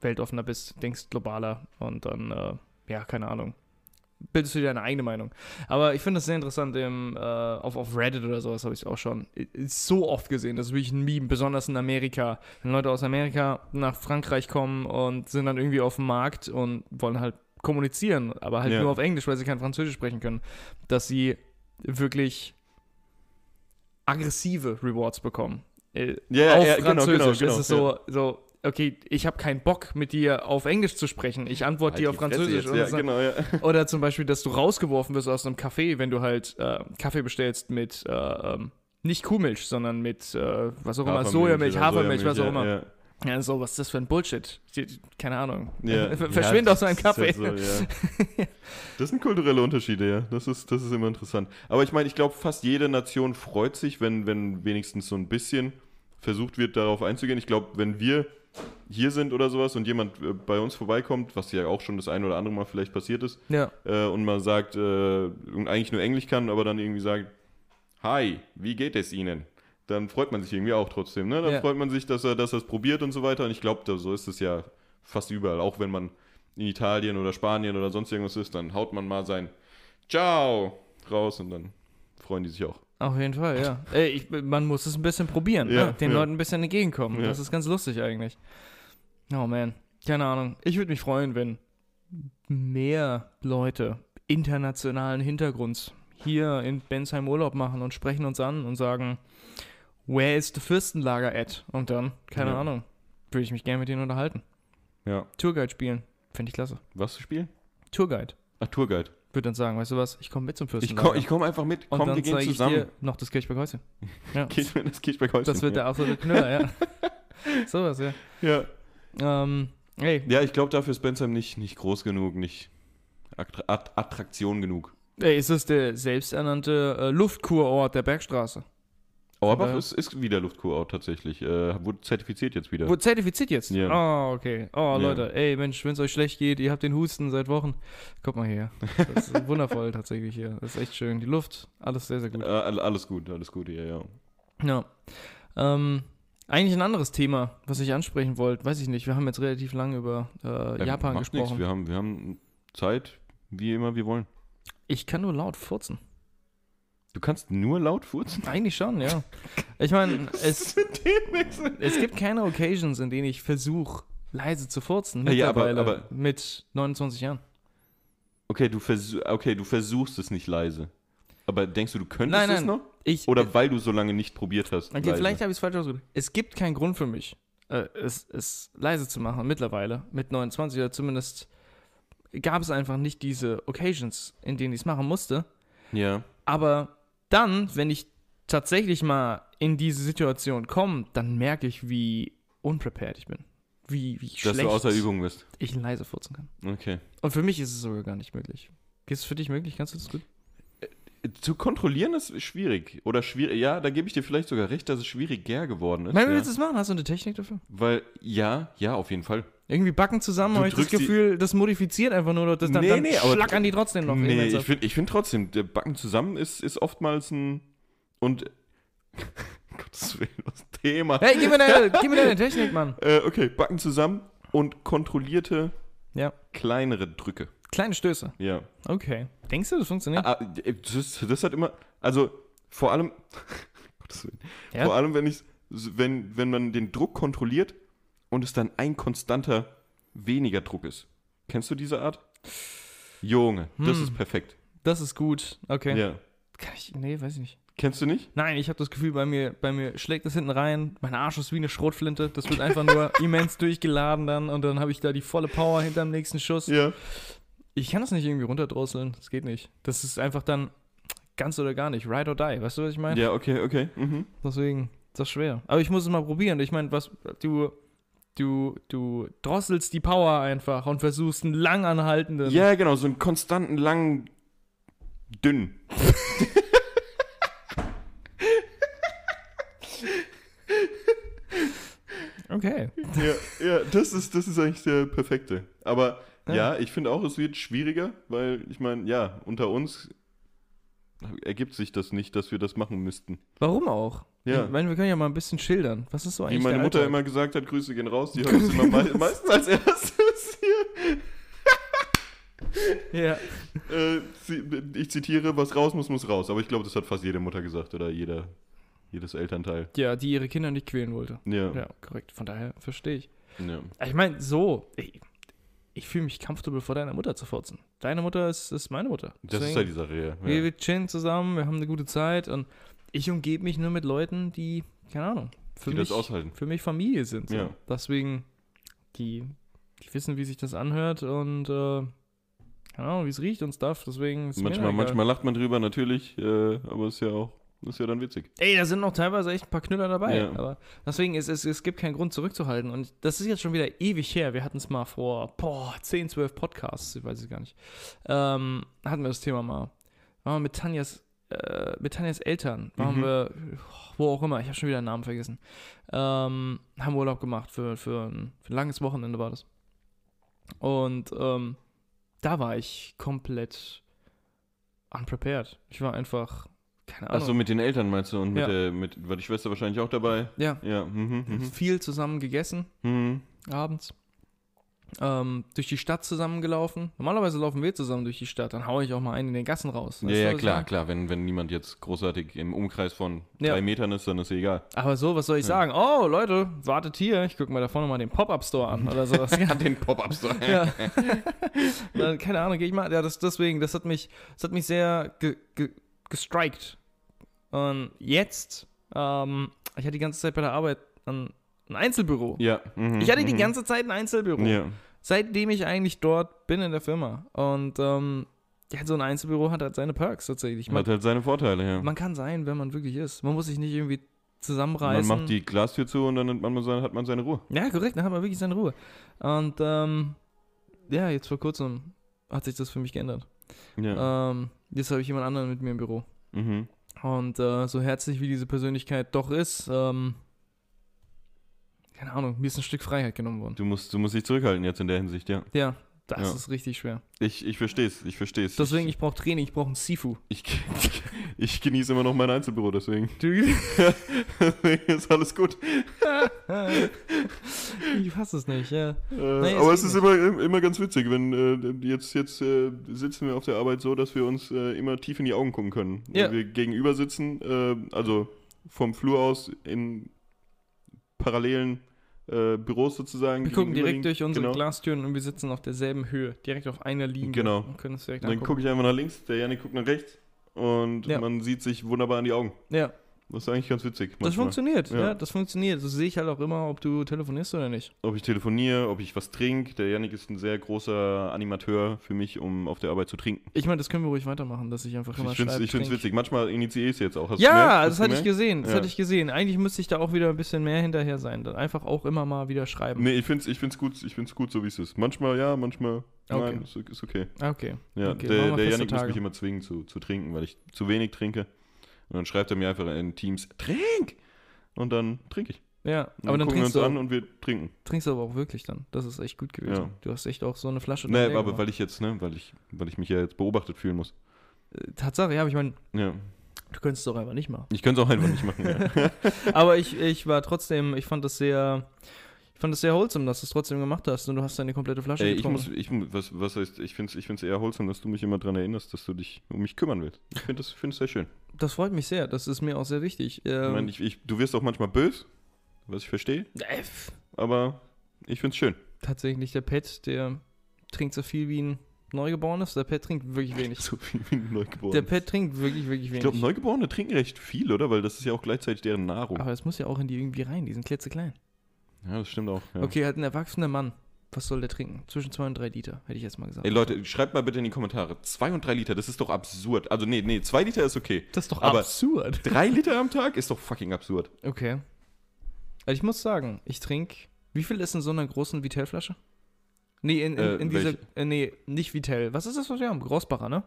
A: weltoffener bist, denkst globaler und dann, äh, ja, keine Ahnung. Bildest du dir deine eigene Meinung. Aber ich finde das sehr interessant, im, äh, auf, auf Reddit oder sowas habe ich es auch schon i- i- so oft gesehen. Das ist wirklich ein Meme, besonders in Amerika. Wenn Leute aus Amerika nach Frankreich kommen und sind dann irgendwie auf dem Markt und wollen halt kommunizieren, aber halt
B: Ja.
A: nur auf Englisch, weil sie kein Französisch sprechen können, dass sie wirklich aggressive Rewards bekommen. Äh,
B: ja, ja,
A: auf
B: ja, genau,
A: Französisch.
B: genau, genau.
A: es ist so, so, okay, ich habe keinen Bock, mit dir auf Englisch zu sprechen. Ich antworte
B: Halt
A: dir
B: die
A: auf
B: Fresse
A: Französisch.
B: jetzt.
A: Und
B: Ja,
A: das-
B: genau, ja.
A: oder zum Beispiel, dass du rausgeworfen wirst aus einem Café, wenn du halt äh, Kaffee bestellst mit äh, ähm, nicht Kuhmilch, sondern mit äh, was auch immer, Sojamilch,
B: oder
A: Hafermilch, was auch
B: ja,
A: immer. Ja.
B: Ja,
A: so, was ist das für ein Bullshit? Die- Keine Ahnung.
B: ja.
A: *laughs* Verschwind
B: ja,
A: aus meinem
B: das ist
A: Kaffee.
B: halt so, ja. Das sind kulturelle Unterschiede, ja. Das ist, das ist immer interessant. Aber ich meine, ich glaube, fast jede Nation freut sich, wenn, wenn wenigstens so ein bisschen versucht wird, darauf einzugehen. Ich glaube, wenn wir hier sind oder sowas und jemand äh, bei uns vorbeikommt, was ja auch schon das ein oder andere Mal vielleicht passiert ist,
A: *laughs* ja.
B: äh, und man sagt, äh, und eigentlich nur Englisch kann, aber dann irgendwie sagt, Hi, wie geht es Ihnen? Dann freut man sich irgendwie auch trotzdem. Ne? Dann
A: Ja.
B: freut man sich, dass er, dass er es probiert und so weiter. Und ich glaube, so ist es ja fast überall. Auch wenn man in Italien oder Spanien oder sonst irgendwas ist, dann haut man mal sein Ciao raus und dann freuen die sich auch.
A: Auf jeden Fall, ja. Ey, ich, man muss es ein bisschen probieren,
B: Ja,
A: ne? den
B: ja.
A: Leuten ein bisschen entgegenkommen.
B: Ja.
A: Das ist ganz lustig eigentlich. Oh man, keine Ahnung. Ich würde mich freuen, wenn mehr Leute internationalen Hintergrunds hier in Bensheim Urlaub machen und sprechen uns an und sagen, where is the Fürstenlager at? Und dann, keine
B: Ja.
A: Ahnung, würde ich mich gerne mit denen unterhalten.
B: Ja.
A: Tourguide spielen, fände ich klasse.
B: Was zu spielen?
A: Tourguide.
B: Ach, Tourguide.
A: Würde dann sagen, weißt du was, ich komme mit zum
B: Ich komme
A: Fürstenlager.
B: ich komm einfach mit.
A: und
B: Komm,
A: dann
B: wir gehen
A: zeige ich
B: zusammen.
A: dir noch das
B: *laughs*
A: Kirchberghäuschen. Ja.
B: Geht mir das Kirchberghäuschen.
A: Das wird
B: ja.
A: der absolute Knüller, ja.
B: *laughs*
A: Sowas, ja.
B: Ja.
A: Ähm, ey,
B: ja, ich glaube, dafür ist Bensheim nicht, nicht groß genug, nicht Attra Att- Attraktion genug.
A: ey, ist das der selbsternannte äh, Luftkurort der Bergstraße?
B: Auerbach
A: daher-
B: ist, ist wieder Luftkurort tatsächlich. Äh, wurde zertifiziert jetzt wieder.
A: Wurde zertifiziert jetzt?
B: Ja.
A: Oh, okay. Oh,
B: Ja.
A: Leute, ey, Mensch, wenn es euch schlecht geht, ihr habt den Husten seit Wochen. Kommt mal her. Das
B: *laughs*
A: ist wundervoll tatsächlich hier. Das ist echt schön. Die Luft, alles sehr, sehr
B: Äh,
A: gut.
B: all- alles gut, alles gut, ja, ja.
A: Ja. Ähm, Eigentlich ein anderes Thema, was ich ansprechen wollte. Weiß ich nicht. Wir haben jetzt relativ lange über äh,
B: Ähm,
A: Japan
B: macht
A: gesprochen.
B: nichts. Wir haben, wir haben Zeit, wie immer wir wollen.
A: Ich kann nur laut furzen.
B: Du kannst nur laut furzen.
A: Eigentlich schon, ja. Ich
B: *laughs*
A: meine, es,
B: mit dem Wechsel?
A: es gibt keine Occasions, in denen ich versuche, leise zu furzen.
B: Ja, ja, aber-
A: Mittlerweile
B: aber-
A: mit 29 Jahren.
B: Okay du, versuch, okay, du versuchst es nicht leise. Aber denkst du, du könntest
A: Nein,
B: es
A: nein.
B: noch?
A: Ich, äh,
B: Oder weil du so lange nicht probiert hast.
A: Okay,
B: leise?
A: vielleicht habe ich es falsch ausgedrückt. Es gibt keinen Grund für mich, äh, es, es leise zu machen mittlerweile, mit 29 oder zumindest gab es einfach nicht diese Occasions, in denen ich es machen musste.
B: Ja.
A: Aber dann, wenn ich tatsächlich mal in diese Situation komme, dann merke ich, wie unprepared ich bin. Wie, wie
B: Dass
A: schlecht
B: du außer Übung bist.
A: ich leise furzen kann.
B: Okay.
A: Und für mich ist es sogar gar nicht möglich. Ist es für dich möglich? Kannst du das gut?
B: Zu kontrollieren ist schwierig. Oder schwierig. Ja, da gebe ich dir vielleicht sogar recht, dass es schwieriger geworden ist.
A: Nein, wie
B: ja.
A: willst du das machen? Hast du eine Technik dafür?
B: Weil, ja, ja, auf jeden Fall.
A: Irgendwie backen zusammen,
B: Du
A: habe ich das
B: drückst die-
A: Gefühl, das modifiziert einfach nur, das dann,
B: Nee,
A: dann
B: nee, aber-
A: schlackern die trotzdem noch.
B: nee,
A: immens
B: ich
A: ab.
B: finde ich find trotzdem, der Backen zusammen ist, ist oftmals ein. Und. *laughs* Gottes Willen, was ein Thema.
A: hey, gib mir, deine, gib mir
B: *laughs*
A: deine Technik, Mann.
B: Äh, okay, Backen zusammen und kontrollierte
A: Ja,
B: kleinere Drücke.
A: kleine Stöße.
B: Ja.
A: Okay. Denkst du, das funktioniert?
B: Ah, äh, Das, das hat immer. Also, vor allem. *laughs* Gottes Willen.
A: Ja.
B: Vor allem, wenn, ich, wenn, wenn man den Druck kontrolliert und es dann ein konstanter weniger Druck ist. Kennst du diese Art? Junge, das
A: Hm.
B: ist perfekt.
A: Das ist gut. Okay.
B: Ja.
A: Kann ich, nee, weiß ich nicht.
B: Kennst du nicht?
A: Nein, ich habe das Gefühl, bei mir, bei mir schlägt das hinten rein. Mein Arsch ist wie eine Schrotflinte. Das wird einfach
B: *laughs*
A: nur immens durchgeladen dann und dann habe ich da die volle Power hinterm nächsten Schuss.
B: Ja.
A: Ich kann das nicht irgendwie runterdrosseln. Das geht nicht. Das ist einfach dann ganz oder gar nicht. Ride or die. Weißt du, was ich meine?
B: Ja, okay, okay. Mhm.
A: Deswegen ist das schwer. Aber ich muss es mal probieren. Ich meine, was du du du drosselst die Power einfach und versuchst einen lang anhaltenden.
B: Ja, genau, so einen konstanten, langen, dünn.
A: Okay.
B: Ja, ja das, ist, das ist eigentlich der perfekte. Aber
A: Ja.
B: ja, ich finde auch, es wird schwieriger, weil ich meine, ja, unter uns ergibt sich das nicht, dass wir das machen müssten.
A: Warum auch?
B: Ja.
A: Ich meine, wir können ja mal ein bisschen schildern. Was ist so
B: Wie
A: eigentlich
B: meine
A: der
B: Mutter
A: Alltag?
B: immer gesagt hat, Grüße gehen
A: *laughs*
B: raus, die hört es immer mei meistens als erstes
A: Ja.
B: hier. Äh, sie, ich zitiere, was raus muss, muss raus. Aber ich glaube, das hat fast jede Mutter gesagt oder jeder, jedes Elternteil.
A: ja, die ihre Kinder nicht quälen wollte.
B: Ja.
A: Ja, korrekt. Von daher verstehe ich.
B: ja.
A: Ich meine, so ich, ich fühle mich comfortable vor deiner Mutter zu furzen. Deine Mutter ist, ist meine Mutter.
B: Das ist
A: Deswegen-
B: ja halt die Sache, ja.
A: Wir,
B: ja.
A: wir chillen zusammen, wir haben eine gute Zeit und ich umgebe mich nur mit Leuten, die, keine Ahnung, für,
B: Die
A: mich,
B: das aushalten.
A: für mich Familie sind. So.
B: Ja.
A: Deswegen, die, die wissen, wie sich das anhört und äh, keine Ahnung, wie es riecht und stuff. Deswegen ist mir
B: Manchmal,
A: egal.
B: manchmal lacht man drüber, natürlich, äh, aber ist ja auch, ist ja dann witzig.
A: Ey, da sind noch teilweise echt ein paar Knüller dabei.
B: Ja.
A: Aber deswegen ist es, es gibt keinen Grund zurückzuhalten. Und das ist jetzt schon wieder ewig her. Wir hatten es mal vor, boah, 10, 12 Podcasts, ich weiß es gar nicht. Ähm, hatten wir das Thema mal. Waren wir mit Tanjas, äh, mit Tanjas Eltern, waren
B: Mhm.
A: wir, wo auch immer, ich habe schon wieder den Namen vergessen, ähm, haben Urlaub gemacht für, für, ein, für ein langes Wochenende war das. Und ähm, da war ich komplett unprepared. Ich war einfach, keine Ahnung.
B: Achso, mit den Eltern meinst du und mit
A: Ah, Ja.
B: der, mit, war die Schwester wahrscheinlich auch dabei?
A: ja,
B: Ja, mhm, mhm,
A: viel zusammen gegessen
B: mhm.
A: abends. Ähm, durch die Stadt zusammengelaufen. Normalerweise laufen wir zusammen durch die Stadt. Dann haue ich auch mal einen in den Gassen raus.
B: Ja,
A: Weißt du,
B: ja,
A: was ich
B: klar,
A: meine?
B: klar. Wenn, wenn niemand jetzt großartig im Umkreis von
A: Ja.
B: drei Metern ist, dann ist ja egal.
A: Aber so, was soll ich sagen? Oh, Leute, wartet hier. Ich gucke mal da vorne mal den Pop-Up-Store an oder
B: *laughs*
A: sowas. *laughs* ja.
B: Hat den Pop-Up-Store.
A: ja. *laughs* Dann, keine Ahnung, gehe ich mal. Ja, das, deswegen, das hat mich, das hat mich sehr ge, ge, gestrikt. Und jetzt, ähm, ich hatte die ganze Zeit bei der Arbeit ein, ein Einzelbüro.
B: Ja. mhm,
A: Ich hatte die
B: mhm.
A: ganze Zeit ein Einzelbüro.
B: Ja.
A: seitdem ich eigentlich dort bin in der Firma. Und ähm, ja, so ein Einzelbüro hat halt seine Perks tatsächlich. Man,
B: Hat halt seine Vorteile, ja.
A: man kann sein, wenn man wirklich ist. Man muss sich nicht irgendwie
B: Man
A: zusammenreißen.
B: macht die Glastür zu und dann hat man, seine, hat man seine Ruhe.
A: ja, korrekt, dann hat man wirklich seine Ruhe. Und ähm, ja, jetzt vor kurzem hat sich das für mich geändert.
B: Ja.
A: Ähm, jetzt habe ich jemand anderen mit mir im Büro.
B: Mhm.
A: Und äh, so herzlich wie diese Persönlichkeit doch ist, ähm, keine Ahnung, mir ist ein Stück Freiheit genommen worden.
B: Du, musst, du musst dich zurückhalten jetzt in der Hinsicht, ja.
A: Ja, Das
B: Ja.
A: ist richtig schwer.
B: Ich, ich verstehe es, ich verstehe es.
A: Deswegen, ich brauche Training, ich brauche einen Sifu.
B: Ich, ich, *laughs* ich genieße immer noch mein Einzelbüro, deswegen. *laughs*
A: ich
B: deswegen ist alles gut.
A: *laughs* fasse es nicht, ja.
B: Äh,
A: Nee, eh
B: aber es
A: deswegen
B: ist immer, immer ganz witzig, wenn äh, jetzt, jetzt äh, sitzen wir auf der Arbeit so, dass wir uns äh, immer tief in die Augen gucken können.
A: Ja.
B: Wenn wir gegenüber sitzen, äh, also vom Flur aus in parallelen äh, Büros sozusagen.
A: Wir gucken direkt durch unsere
B: genau.
A: Glastüren und wir sitzen auf derselben Höhe, direkt auf einer Linie.
B: Genau.
A: Und können es direkt
B: Dann
A: angucken.
B: gucke ich einfach nach links, der Janik guckt nach rechts und
A: Ja.
B: man sieht sich wunderbar in die Augen.
A: Ja,
B: Das ist eigentlich ganz witzig.
A: das
B: manchmal.
A: funktioniert. Ja.
B: Ja.
A: das funktioniert. Das sehe ich halt auch immer, ob du telefonierst oder nicht.
B: ob ich telefoniere, ob ich was trinke. Der Yannick ist ein sehr großer Animateur für mich, um auf der Arbeit zu trinken.
A: Ich meine, das können wir ruhig weitermachen, dass ich einfach immer
B: Ich finde
A: schreibe,
B: es
A: trink.
B: witzig. Manchmal initiiere ich es jetzt auch. Hast du gemerkt?
A: Ja,
B: Hast
A: das
B: du
A: hatte ich
B: gemerkt?
A: gesehen. Das
B: Ja.
A: hatte ich gesehen. Eigentlich müsste ich da auch wieder ein bisschen mehr hinterher sein. Dann einfach auch immer mal wieder schreiben.
B: Nee, ich finde es ich find's gut, ich find's gut, so wie es ist. Manchmal ja, manchmal
A: Okay.
B: nein, ist, ist okay.
A: Ah, Okay. Okay,
B: Ja,
A: machen
B: der,
A: wir
B: der
A: feste
B: Yannick muss
A: Tage.
B: mich immer zwingen zu, zu trinken, weil ich zu wenig trinke. Und dann schreibt er mir einfach in Teams, trink! Und dann trinke ich.
A: Ja,
B: Und
A: aber dann
B: gucken wir uns
A: trinkst du,
B: an
A: auch,
B: und wir trinken.
A: trinkst du aber auch wirklich dann. Das ist echt gut gewesen.
B: Ja.
A: Du hast echt auch so eine Flasche. dann
B: Nee,
A: leer
B: aber
A: gemacht.
B: weil ich jetzt, ne, weil ich, weil ich mich ja jetzt beobachtet fühlen muss.
A: Äh, Tatsache, ja, aber ich meine,
B: Ja.
A: du könntest es doch einfach nicht machen.
B: Ich könnte es auch einfach nicht machen. ja.
A: *laughs* Aber ich, ich war trotzdem, ich fand das sehr, ich fand das sehr wholesome, dass du es trotzdem gemacht hast und du hast deine komplette Flasche
B: Ey, ich
A: getrunken.
B: muss, ich, mu- was, was heißt, ich finde es ich find's eher holsam, dass du mich immer daran erinnerst, dass du dich um mich kümmern willst. Ich finde das find's sehr schön.
A: das freut mich sehr, das ist mir auch sehr wichtig. Ähm,
B: ich mein, ich, ich, du wirst auch manchmal böse, was ich verstehe,
A: äh, pf,
B: aber ich finde es schön.
A: tatsächlich, der Pet, der trinkt so viel wie ein Neugeborenes, der Pet trinkt wirklich wenig.
B: *laughs* *laughs* So viel wie ein
A: Der
B: Neugeborener.
A: Pet trinkt wirklich, wirklich
B: Ich
A: wenig.
B: glaube, Neugeborene trinken recht viel, oder? Weil das ist ja auch gleichzeitig deren Nahrung.
A: aber es muss ja auch in die irgendwie rein, die sind klitzeklein.
B: Ja, das stimmt auch. Ja.
A: Okay, halt ein erwachsener Mann. Was soll der trinken? Zwischen 2 und 3 Liter, hätte ich jetzt mal gesagt.
B: Ey, Leute, schreibt mal bitte in die Kommentare. Zwei und drei Liter, das ist doch absurd. Also, nee, nee, zwei Liter ist okay.
A: das ist doch
B: aber-
A: absurd. *laughs*
B: Drei Liter am Tag ist doch fucking absurd.
A: Okay. Also ich muss sagen, ich trinke. Wie viel ist in so einer großen Vitell-Flasche? Nee, in, in,
B: Äh,
A: in dieser.
B: welche?
A: Äh, nee, nicht Vitell. Was ist das, was wir haben? Großbacher, ne?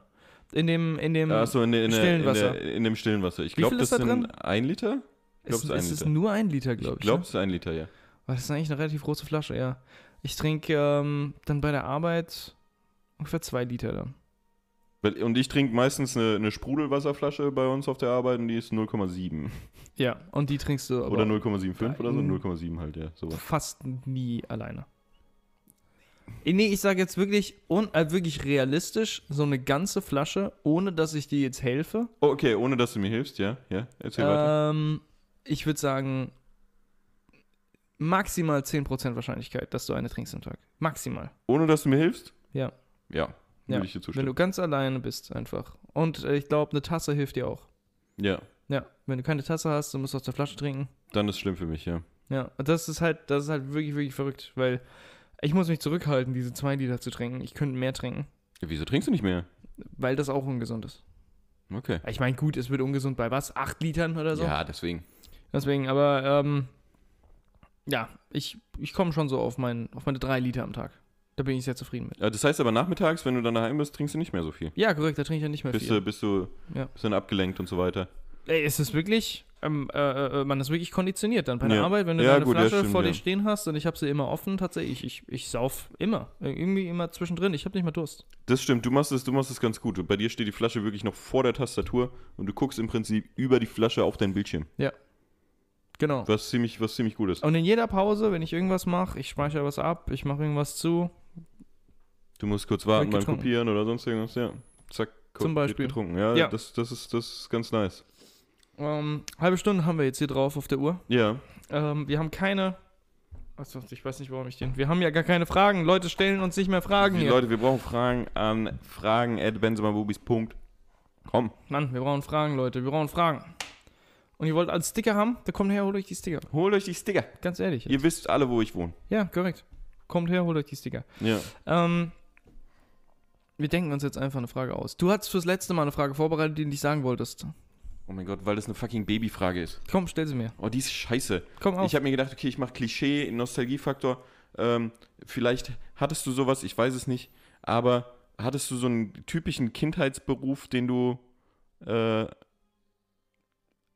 A: In dem. In dem
B: Achso, in, der- in, der- in,
A: Stillenwasser.
B: der- in dem stillen Wasser. Ich
A: Wie
B: glaube,
A: viel
B: das
A: ist da
B: sind
A: drin?
B: ein Liter. glaub,
A: ist,
B: es ist ein
A: ist es
B: Liter.
A: nur ein Liter, glaube
B: Ich
A: ich.
B: glaube,
A: ne?
B: es ist ein Liter, ja.
A: Weil das ist eigentlich eine relativ große Flasche, ja. Ich trinke ähm, dann bei der Arbeit ungefähr zwei Liter dann.
B: Weil- Und ich trinke meistens eine, eine Sprudelwasserflasche bei uns auf der Arbeit und die ist 0,7.
A: Ja, und die trinkst du aber
B: Oder 0,75 oder so.
A: Nein.
B: 0,7 halt, ja. Sowas.
A: fast nie alleine. Äh, Nee, ich sage jetzt wirklich, un, äh, wirklich realistisch, so eine ganze Flasche, ohne dass ich dir jetzt helfe,
B: Oh, okay, ohne dass du mir hilfst, ja. ja erzähl weiter.
A: Ähm, ich würde sagen, maximal 10% Wahrscheinlichkeit, dass du eine trinkst am Tag. Maximal.
B: Ohne dass du mir hilfst?
A: Ja.
B: Ja,
A: Ja,
B: würde ich dir
A: Wenn
B: zustimmen.
A: du ganz alleine bist, einfach. Und äh, ich glaube, eine Tasse hilft dir auch.
B: Ja,
A: Ja, wenn du keine Tasse hast, dann musst du aus der Flasche trinken.
B: dann ist schlimm für mich, ja.
A: Ja, und das ist halt, das ist halt wirklich, wirklich verrückt, weil ich muss mich zurückhalten, diese zwei Liter zu trinken. Ich könnte mehr trinken,
B: Wieso trinkst du nicht mehr?
A: weil das auch ungesund ist.
B: Okay.
A: Ich meine, gut, es wird ungesund bei was? Acht Litern oder so?
B: Ja, deswegen.
A: Deswegen, aber ähm, ja, ich, ich komme schon so auf, mein, auf meine drei Liter am Tag. Da bin ich sehr zufrieden mit.
B: Ja, Das heißt aber nachmittags, wenn du dann daheim bist, trinkst du nicht mehr so viel.
A: Ja, korrekt, da trinke ich ja nicht mehr
B: Bist
A: viel.
B: du, bist du
A: Ja.
B: bist dann abgelenkt und so weiter.
A: Ey, ist es wirklich, ähm, äh, äh, man ist wirklich konditioniert dann bei der
B: Ja.
A: Arbeit, wenn du
B: Ja,
A: deine
B: gut, ja,
A: Flasche
B: stimmt,
A: vor
B: ja.
A: dir stehen hast und ich habe sie immer offen, tatsächlich, ich, ich, ich sauf immer. Irgendwie immer zwischendrin, ich habe nicht mal Durst.
B: Das stimmt, du machst es, du machst es ganz gut. Bei dir steht die Flasche wirklich noch vor der Tastatur und du guckst im Prinzip über die Flasche auf dein Bildschirm.
A: Genau.
B: Was ziemlich, was ziemlich gut ist.
A: Und in jeder Pause, wenn ich irgendwas mache, ich speichere was ab, ich mache irgendwas zu,
B: Du musst kurz warten
A: Wird
B: beim
A: getrunken.
B: Kopieren oder sonst irgendwas, ja. Zack, ko-
A: Zum
B: wird
A: Beispiel.
B: getrunken. Ja,
A: Ja.
B: Das, das, ist, das ist ganz nice.
A: ähm, halbe Stunde haben wir jetzt hier drauf auf der Uhr.
B: Ja,
A: Ähm, wir haben keine. Achso, ich weiß nicht, warum ich den. Wir haben ja gar keine Fragen. Leute stellen uns nicht mehr Fragen
B: die
A: hier.
B: Leute, wir brauchen Fragen an Fragen at Komm.
A: Mann, wir brauchen Fragen, Leute. Wir brauchen Fragen. Und ihr wollt alle Sticker haben? Da kommt her, holt euch die Sticker.
B: Holt euch die Sticker.
A: Ganz ehrlich.
B: Ihr wisst alle, wo ich wohne.
A: Ja, korrekt. Kommt her, holt euch die Sticker.
B: Ja.
A: Ähm, wir denken uns jetzt einfach eine Frage aus. Du hattest fürs letzte Mal eine Frage vorbereitet, die du nicht sagen wolltest.
B: Oh mein Gott, weil das eine fucking Babyfrage ist.
A: Komm, stell sie mir.
B: Oh, die ist scheiße.
A: Komm auf.
B: Ich habe mir gedacht, okay, ich mache Klischee, Nostalgiefaktor. Ähm, vielleicht hattest du sowas, ich weiß es nicht, aber hattest du so einen typischen Kindheitsberuf, den du äh,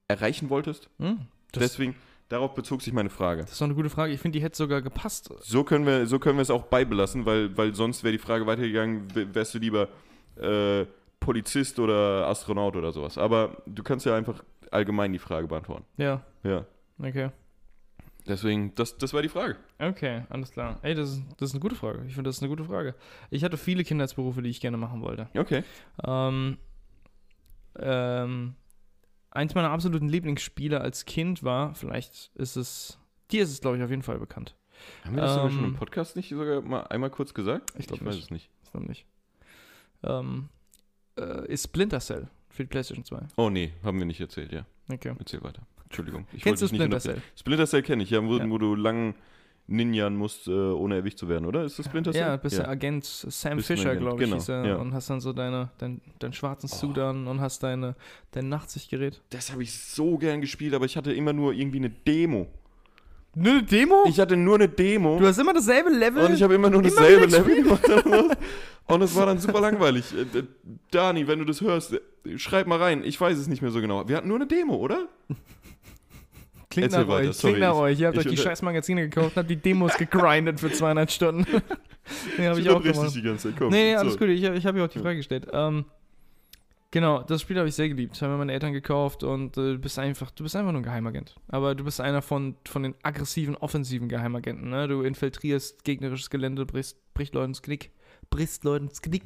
B: erreichen wolltest?
A: Hm? Das-
B: Deswegen, Darauf bezog sich meine Frage.
A: Das ist doch eine gute Frage. Ich finde, die hätte sogar gepasst.
B: So können wir, so können wir es auch beibelassen, weil, weil sonst wäre die Frage weitergegangen, w- wärst du lieber äh, Polizist oder Astronaut oder sowas. Aber du kannst ja einfach allgemein die Frage beantworten.
A: Ja,
B: Ja.
A: okay.
B: Deswegen, das, das war die Frage.
A: Okay, alles klar. Ey, das ist, das ist eine gute Frage. Ich finde, das ist eine gute Frage. Ich hatte viele Kindheitsberufe, die ich gerne machen wollte.
B: Okay.
A: Ähm, ähm, eins meiner absoluten Lieblingsspiele als Kind war, vielleicht ist es, dir ist es, glaube ich, auf jeden Fall bekannt.
B: Haben wir das sogar schon
A: Ähm,
B: im Podcast nicht sogar mal einmal kurz gesagt?
A: Ich glaub
B: weiß
A: nicht.
B: es nicht.
A: Ist noch nicht. Ähm, äh, ist Splinter Cell für die PlayStation 2.
B: Oh nee, haben wir nicht erzählt, ja.
A: Okay.
B: Erzähl weiter. Entschuldigung. Ich
A: Kennst du
B: wollte dich nicht
A: Splinter
B: unter-
A: Cell?
B: Splinter Cell kenne ich, ja, wo,
A: Ja.
B: wo du lang ninjan musst, äh, ohne erwischt zu werden, oder? Ist das Splinter Cell?
A: Ja, bist der Agent Sam
B: Bist ein
A: Fisher,
B: Agent,
A: glaube ich,
B: genau,
A: hieß er.
B: ja. Oh.
A: Und hast dann so deine, dein, deinen schwarzen Suit an und hast deine, dein Nachtsichtgerät.
B: Das habe ich so gern gespielt, aber ich hatte immer nur irgendwie eine Demo.
A: Eine Demo?
B: Ich hatte nur eine Demo
A: Oh. du hast immer dasselbe Level?
B: und ich habe immer nur
A: immer
B: dasselbe
A: wieder
B: Level
A: *laughs*
B: gemacht. und es war dann super langweilig. Äh, äh, Dani, wenn du das hörst, äh, schreib mal rein. Ich weiß es nicht mehr so genau. Wir hatten nur eine Demo, oder?
A: Klingt
B: Erzähl
A: nach
B: weiter,
A: euch,
B: sorry,
A: klingt nach
B: ich-
A: euch. Ihr habt
B: ich
A: euch die
B: unter-
A: scheiß Magazine gekauft und habt die Demos gegrindet für 200 Stunden. *laughs* nee, habe ich auch
B: unterbrich dich
A: gemacht.
B: die ganze Zeit. Komm,
A: Nee, nee,
B: so.
A: alles gut. Ich, ich habe ja auch die Frage gestellt. Ähm, genau, das Spiel habe ich sehr geliebt. Das haben mir meine Eltern gekauft und äh, du bist einfach, du bist einfach nur ein Geheimagent. Aber du bist einer von, von den aggressiven, offensiven Geheimagenten. Ne? Du infiltrierst gegnerisches Gelände, brichst, brichst Leuten das Knick. Brichst Leuten das Knick.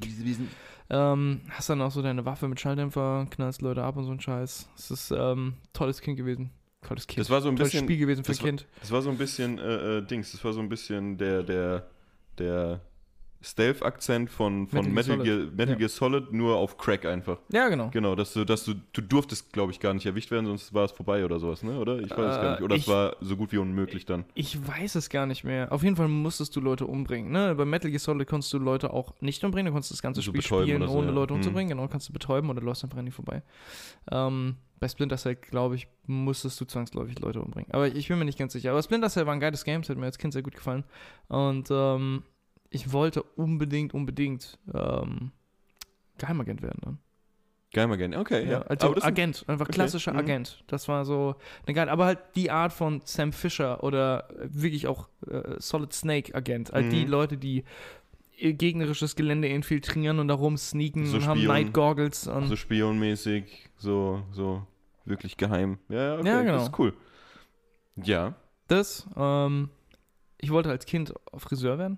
A: Ähm, hast dann auch so deine Waffe mit Schalldämpfer, knallst Leute ab und so ein Scheiß. Es ist ähm, tolles Kind gewesen. Tolles Kind.
B: Das war so ein
A: tolles
B: bisschen
A: Spiel gewesen für
B: das war-
A: Kind.
B: Das war so ein bisschen äh, äh, Dings, das war so ein bisschen der, der, der Stealth-Akzent von, von
A: Metal
B: Metal,
A: Gear
B: Gear, Metal
A: Ja.
B: Gear Solid, nur auf Crack einfach.
A: Ja, genau.
B: Genau, dass du, dass du, du durftest, glaube ich, gar nicht erwischt werden, sonst war es vorbei oder sowas, ne? Oder? Ich weiß es
A: Äh,
B: gar nicht. Oder
A: ich-
B: es war so gut wie unmöglich dann.
A: Ich weiß es gar nicht mehr. Auf jeden Fall musstest du Leute umbringen. Ne? Bei Metal Gear Solid konntest du Leute auch nicht umbringen. Du konntest das ganze
B: So
A: Spiel
B: Also betäuben
A: spielen,
B: oder so,
A: ohne
B: ja.
A: Leute
B: Hm.
A: umzubringen. Genau, kannst du betäuben oder läufst einfach an die vorbei. Ähm, bei Splinter Cell, glaube ich, musstest du zwangsläufig Leute umbringen. Aber ich bin mir nicht ganz sicher. Aber Splinter Cell war ein geiles Game, das hat mir als Kind sehr gut gefallen. Und ähm, ich wollte unbedingt, unbedingt ähm, Geheimagent werden dann.
B: Geheimagent, okay, ja.
A: Ja, also
B: Aber das sind-
A: Agent, einfach
B: okay,
A: klassischer
B: mhm.
A: Agent. Das war so eine geile, aber halt die Art von Sam Fisher oder äh, wirklich auch äh, Solid Snake Agent. Halt die
B: Mhm.
A: Leute, die ihr gegnerisches Gelände infiltrieren und darum sneaken
B: So Also
A: und haben
B: Spion.
A: Night Goggles und
B: so spionmäßig, so, so wirklich geheim. Ja, ja, okay,
A: Ja,
B: das
A: genau.
B: ist cool. Ja.
A: das. Ähm, ich wollte als Kind Friseur werden.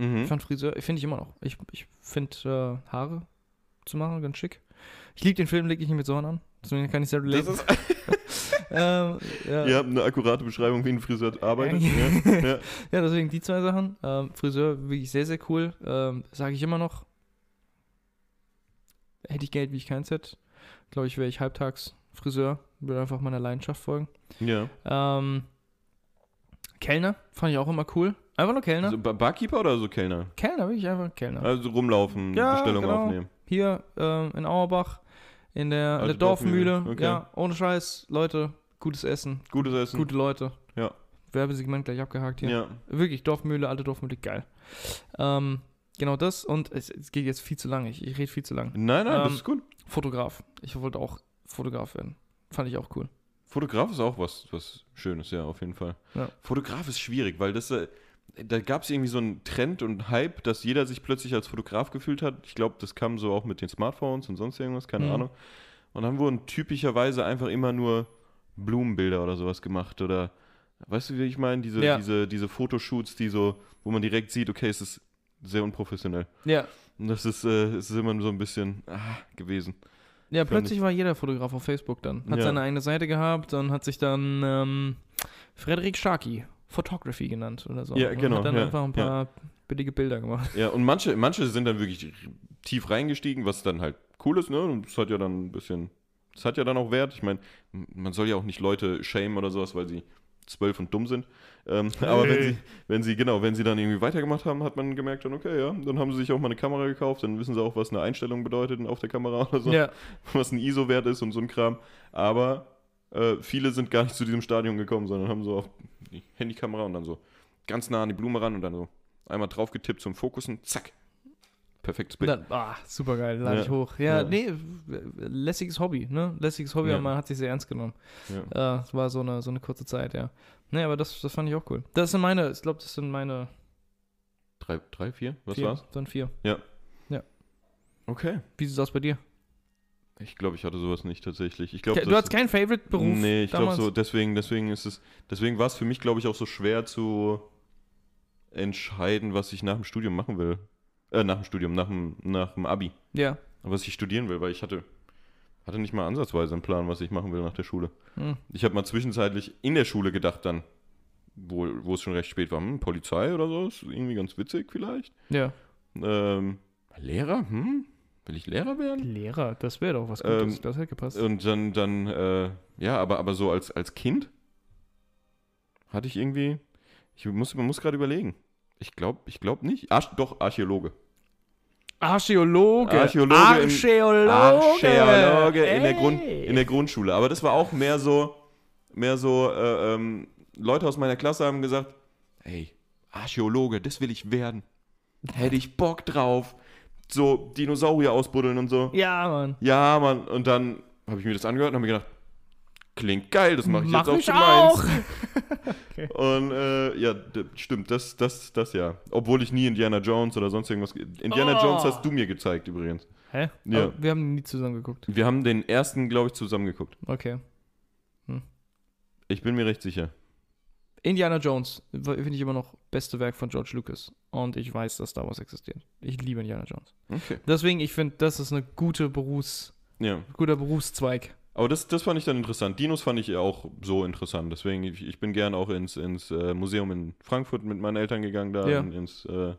B: Mhm.
A: Ich fand Friseur, finde ich immer noch. Ich, ich finde äh, Haare zu machen ganz schick. Ich liebe den Film, leg ich nicht mit Sohn an. Deswegen kann ich sehr
B: Das
A: relaten.
B: ist,
A: *laughs* Ähm, ja.
B: *laughs* ihr habt eine akkurate Beschreibung, wie ein Friseur arbeitet.
A: Ja.
B: Ja, ja.
A: *laughs* Ja, deswegen die zwei Sachen. Ähm, Friseur wirklich sehr, sehr cool. Ähm, Sage ich immer noch. Hätte ich Geld, wie ich keins hätte, glaube ich, wäre ich halbtags Friseur. Würde einfach meiner Leidenschaft folgen.
B: ja.
A: Ähm, Kellner fand ich auch immer cool. Einfach nur Kellner.
B: So, Ba- Barkeeper oder so Kellner?
A: Kellner, wirklich einfach Kellner.
B: Also rumlaufen,
A: Ja,
B: Bestellungen
A: genau.
B: aufnehmen.
A: Hier ähm, in Auerbach, in der, in der
B: Alte
A: Dorfmühle.
B: Dorfmühle, okay.
A: Ja, ohne Scheiß. Leute, gutes Essen,
B: Gutes Essen.
A: gute Leute.
B: Ja.
A: Werbesegment gleich abgehakt hier.
B: ja.
A: Wirklich, Dorfmühle, alte Dorfmühle, geil. Ähm, genau das und es, es geht jetzt viel zu lang, ich, ich rede viel zu lang.
B: Nein, nein,
A: Ähm,
B: das ist gut.
A: Fotograf. Ich wollte auch Fotograf werden. Fand ich auch cool.
B: Fotograf ist auch was, was Schönes, ja, auf jeden Fall.
A: Ja.
B: Fotograf ist schwierig, weil das, äh, da gab es irgendwie so einen Trend und Hype, dass jeder sich plötzlich als Fotograf gefühlt hat. Ich glaube, das kam so auch mit den Smartphones und sonst irgendwas, keine
A: Mhm.
B: Ahnung. Und dann wurden typischerweise einfach immer nur Blumenbilder oder sowas gemacht oder, weißt du, wie ich meine? Diese,
A: Ja.
B: diese, diese Fotoshoots, die so, wo man direkt sieht, okay, es ist sehr unprofessionell.
A: Ja,
B: Und das ist, äh, es ist immer so ein bisschen ah, gewesen.
A: ja
B: Fand
A: plötzlich war jeder Fotograf auf Facebook dann. Hat
B: Ja.
A: seine eigene Seite gehabt und hat sich dann ähm, Frederik Scharki Photography genannt oder so.
B: Ja,
A: Und
B: genau,
A: hat dann
B: ja,
A: einfach ein paar billige Bilder gemacht.
B: Ja, und manche, manche sind dann wirklich r- tief reingestiegen, was dann halt cool ist, ne? Und es hat ja dann ein bisschen, es hat ja dann auch Wert. Ich meine, m- man soll ja auch nicht Leute shamen oder sowas, weil sie zwölf und dumm sind. Ähm, *laughs* Aber wenn
A: Hey.
B: sie, wenn sie, genau, wenn sie dann irgendwie weitergemacht haben, hat man gemerkt dann, okay, ja, dann haben sie sich auch mal eine Kamera gekauft, dann wissen sie auch, was eine Einstellung bedeutet auf der Kamera oder so,
A: Ja,
B: *laughs* was ein ISO-Wert ist und so ein Kram. Aber äh, viele sind gar nicht zu diesem Stadion gekommen, sondern haben so auf die Handykamera und dann so ganz nah an die Blume ran und dann so einmal drauf getippt zum Fokussen, zack. perfektes Bild.
A: Dann, ah, super geil, lade
B: Ja.
A: ich hoch. Ja,
B: Ja.
A: nee, lässiges Hobby, ne? Lässiges Hobby,
B: Ja.
A: aber man hat sich sehr ernst genommen. Äh, Es war so eine, so eine kurze Zeit, ja. Nee, aber das, das fand ich auch cool. Das sind meine, ich glaube, das sind meine
B: Drei, drei, vier? Was
A: vier.
B: war's?
A: Dann vier.
B: Okay.
A: Wie sieht es aus bei dir?
B: Ich glaube, ich hatte sowas nicht tatsächlich. Ich glaube,
A: du hattest keinen Favorite-Beruf?
B: Nee, ich glaube
A: damals?
B: so, deswegen, deswegen ist es, deswegen war es für mich, glaube ich, auch so schwer zu entscheiden, was ich nach dem Studium machen will. Äh, nach dem Studium, nach dem, nach dem Abi.
A: Ja.
B: Was ich studieren will, weil ich hatte, hatte nicht mal ansatzweise einen Plan, was ich machen will nach der Schule.
A: Hm.
B: Ich habe mal zwischenzeitlich in der Schule gedacht dann, wo, wo es schon recht spät war, hm, Polizei oder so, ist irgendwie ganz witzig vielleicht.
A: Ja.
B: Ähm, Lehrer, hm? Will ich Lehrer werden?
A: Lehrer, das wäre doch was Gutes.
B: Ähm,
A: das hätte gepasst.
B: Und dann, dann, äh, ja, aber, aber so als, als Kind hatte ich irgendwie, ich muss, man muss gerade überlegen. Ich glaube, ich glaube nicht. Arch, doch, Archäologe.
A: Archäologe.
B: Archäologe im-
A: Archäologe.
B: Archäologe in der,
A: Ey.
B: Grund, in der Grundschule. Aber das war auch mehr so, mehr so, äh, ähm, Leute aus meiner Klasse haben gesagt, hey, Archäologe, das will ich werden. Hätte ich Bock drauf. So Dinosaurier ausbuddeln und so.
A: Ja, Mann.
B: Ja, Mann. Und dann habe ich mir das angehört und habe mir gedacht, klingt geil, das mache ich
A: Mach
B: jetzt
A: ich
B: auch
A: auch.
B: für meins. Und äh, ja, d- stimmt, das, das, das ja. Obwohl ich nie Indiana Jones oder sonst irgendwas. ge- Indiana
A: Oh.
B: Jones hast du mir gezeigt übrigens.
A: Hä?
B: Ja.
A: Aber wir haben nie zusammen geguckt.
B: Wir haben den ersten, glaube ich, zusammengeguckt.
A: Okay.
B: Ich bin mir recht sicher.
A: Indiana Jones w- finde ich immer noch beste Werk von George Lucas. Und ich weiß, dass Star Wars existiert. Ich liebe Indiana Jones.
B: Okay.
A: Deswegen, ich finde, das ist eine gute Berufs,
B: Ja.
A: guter Berufszweig.
B: Aber das, das fand ich dann interessant. Dinos fand ich auch so interessant. Deswegen, ich, ich bin gern auch ins, ins äh, Museum in Frankfurt mit meinen Eltern gegangen, da
A: Ja.
B: in, ins äh,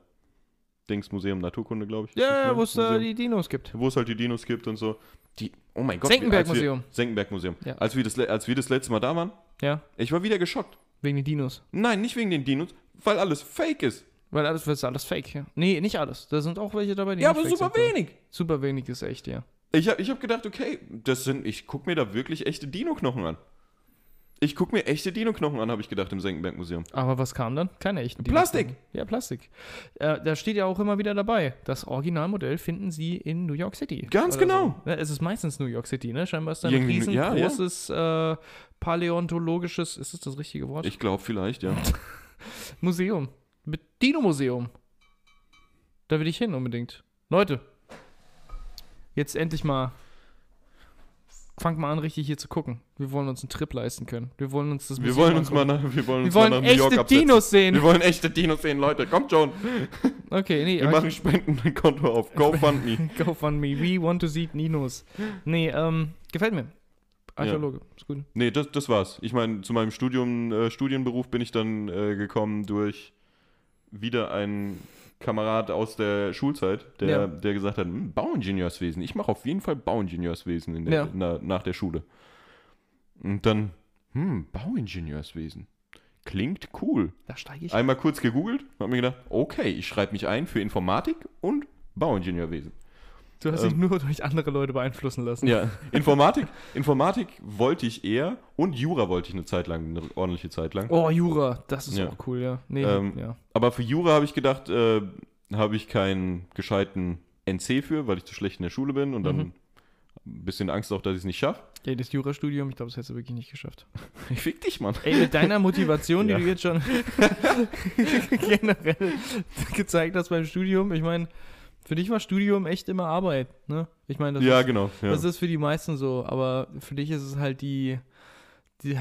B: Dings Museum Naturkunde, glaube ich. ne?
A: Ja, wo es da
B: Museum.
A: die Dinos gibt.
B: wo es halt die Dinos gibt und so. Die, oh mein Gott.
A: Senckenberg-Museum.
B: als wir- Senckenberg-Museum.
A: Ja.
B: Als, wir das le- als wir das letzte Mal da waren,
A: Ja,
B: ich war wieder geschockt.
A: wegen den Dinos.
B: Nein, nicht wegen den Dinos, weil alles fake ist.
A: Weil alles das ist alles fake. Ja. Nee, nicht alles. Da sind auch welche dabei, die
B: ja,
A: nicht
B: aber
A: fake
B: super
A: sind.
B: wenig.
A: Super wenig ist echt, ja.
B: Ich habe ich hab gedacht, okay, das sind, ich gucke mir da wirklich echte Dino-Knochen an. Ich gucke mir echte Dino-Knochen an, habe ich gedacht im Senckenberg-Museum.
A: Aber was kam dann? Keine echten
B: Plastik.
A: Dinos. Ja, Plastik. Äh, da steht ja auch immer wieder dabei. Das Originalmodell finden sie in New York City.
B: Ganz
A: Oder
B: genau.
A: So. Ja, Es ist meistens New York City, ne? Scheinbar ist da ein
B: Irgendwie- ja, ja.
A: riesengroßes Äh, paläontologisches, ist das das richtige Wort?
B: Ich glaube vielleicht,
A: *laughs*
B: ja.
A: Museum. Mit Dino-Museum. Da will ich hin unbedingt. Leute, jetzt endlich mal. Fangt mal an, richtig hier zu gucken. Wir wollen uns einen Trip leisten können. Wir wollen uns das
B: Wir
A: Museum
B: wollen uns mal
A: angucken.
B: nach, wir wollen
A: Wir
B: uns
A: wollen
B: mal nach New York
A: echte
B: absetzen.
A: Dinos sehen.
B: Wir wollen echte Dinos sehen, Leute. Kommt schon.
A: Okay, nee, *laughs*
B: Wir
A: aber-
B: machen Spendenkonto
A: *laughs*
B: auf. GoFundMe.
A: Go von me. We want to see Ninos. Nee, ähm, gefällt mir. Archäologe, ist gut.
B: Nee, das, das war's. Ich meine, zu meinem Studium, äh, Studienberuf bin ich dann äh, gekommen durch wieder einen Kamerad aus der Schulzeit, der,
A: Ja.
B: der gesagt hat, "Hm, Bauingenieurswesen. Ich mache auf jeden Fall Bauingenieurswesen in der,
A: Ja.
B: na, nach der Schule. Und dann, hm, Bauingenieurswesen. Klingt cool.
A: Da steige ich.
B: Einmal kurz gegoogelt und habe mir gedacht, okay, ich schreibe mich ein für Informatik und Bauingenieurwesen.
A: Du hast dich nur durch andere Leute beeinflussen lassen.
B: Ähm. Ja, Informatik, Informatik wollte ich eher und Jura wollte ich eine Zeit lang, eine ordentliche Zeit lang.
A: Oh, Jura, das ist
B: Ja.
A: auch cool, ja. Nee,
B: Ähm,
A: ja.
B: Aber für Jura habe ich gedacht, äh, habe ich keinen gescheiten NC für, weil ich zu schlecht in der Schule bin und dann
A: Mhm.
B: ein bisschen Angst auch, dass ich es
A: *laughs*
B: nicht schaffe.
A: Ey, das Jurastudium, ich glaube, das hättest du wirklich nicht geschafft.
B: Ich fick dich, Mann.
A: Ey, mit deiner Motivation, die
B: Ja.
A: du jetzt *laughs* schon generell gezeigt hast beim Studium, ich meine, für dich war Studium echt immer Arbeit, ne? Ich meine, das
B: ja,
A: ist
B: genau. Ja.
A: Das ist für die meisten so, aber für dich ist es halt die. die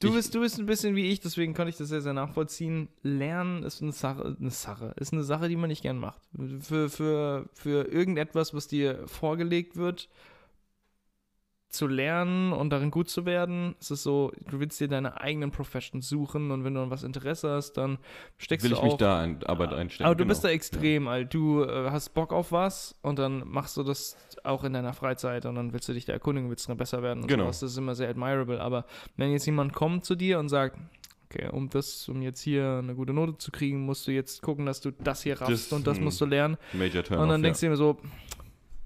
A: du,
B: Ich-
A: bist, du bist ein bisschen wie ich, deswegen kann ich das sehr, sehr nachvollziehen. Lernen ist eine Sache, eine Sache, ist eine Sache, die man nicht gern macht. Für, für, für irgendetwas, was dir vorgelegt wird, zu lernen und darin gut zu werden, es ist so, du willst dir deine eigenen Professions suchen und wenn du an was Interesse hast, dann steckst
B: Will
A: du
B: ich
A: auch
B: mich da ein, Arbeit einstellen?
A: aber du
B: genau.
A: bist da extrem, alt. Du äh, hast Bock auf was und dann machst du das auch in deiner Freizeit und dann willst du dich da erkundigen, willst drin besser werden und
B: Genau.
A: sowas. Das ist immer sehr admirable. Aber wenn jetzt jemand kommt zu dir und sagt, okay, um das, um jetzt hier eine gute Note zu kriegen, musst du jetzt gucken, dass du das hier raffst
B: Das,
A: und das
B: hm,
A: musst du lernen.
B: Major Turn
A: und dann
B: ja.
A: denkst du dir so,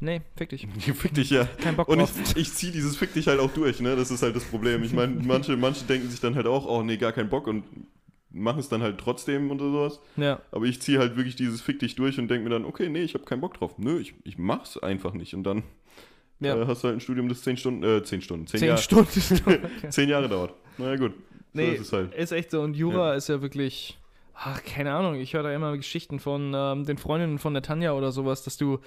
A: nee, fick dich.
B: Ich fick dich ja. *laughs*
A: Kein Bock
B: Und
A: drauf.
B: ich, ich ziehe dieses Fick dich halt auch durch, ne? Das ist halt das Problem. Ich meine, manche, manche denken sich dann halt auch, oh nee, gar keinen Bock und machen es dann halt trotzdem und sowas.
A: Ja.
B: Aber ich ziehe halt wirklich dieses Fick dich durch und denke mir dann, okay, nee, ich habe keinen Bock drauf. Nö, ich, ich mach's einfach nicht. Und dann
A: ja.
B: äh, hast du halt ein Studium, das 10 Stunden, äh, 10 Stunden, 10,
A: Zehn
B: Jahre, *laughs*
A: Stunden.
B: 10 Jahre dauert. Naja, gut. So
A: Nee,
B: ist es halt.
A: Ist echt so. Und Jura ist ja wirklich. Ach, keine Ahnung, ich höre da immer Geschichten von ähm, den Freundinnen von der Tanja oder sowas, dass du,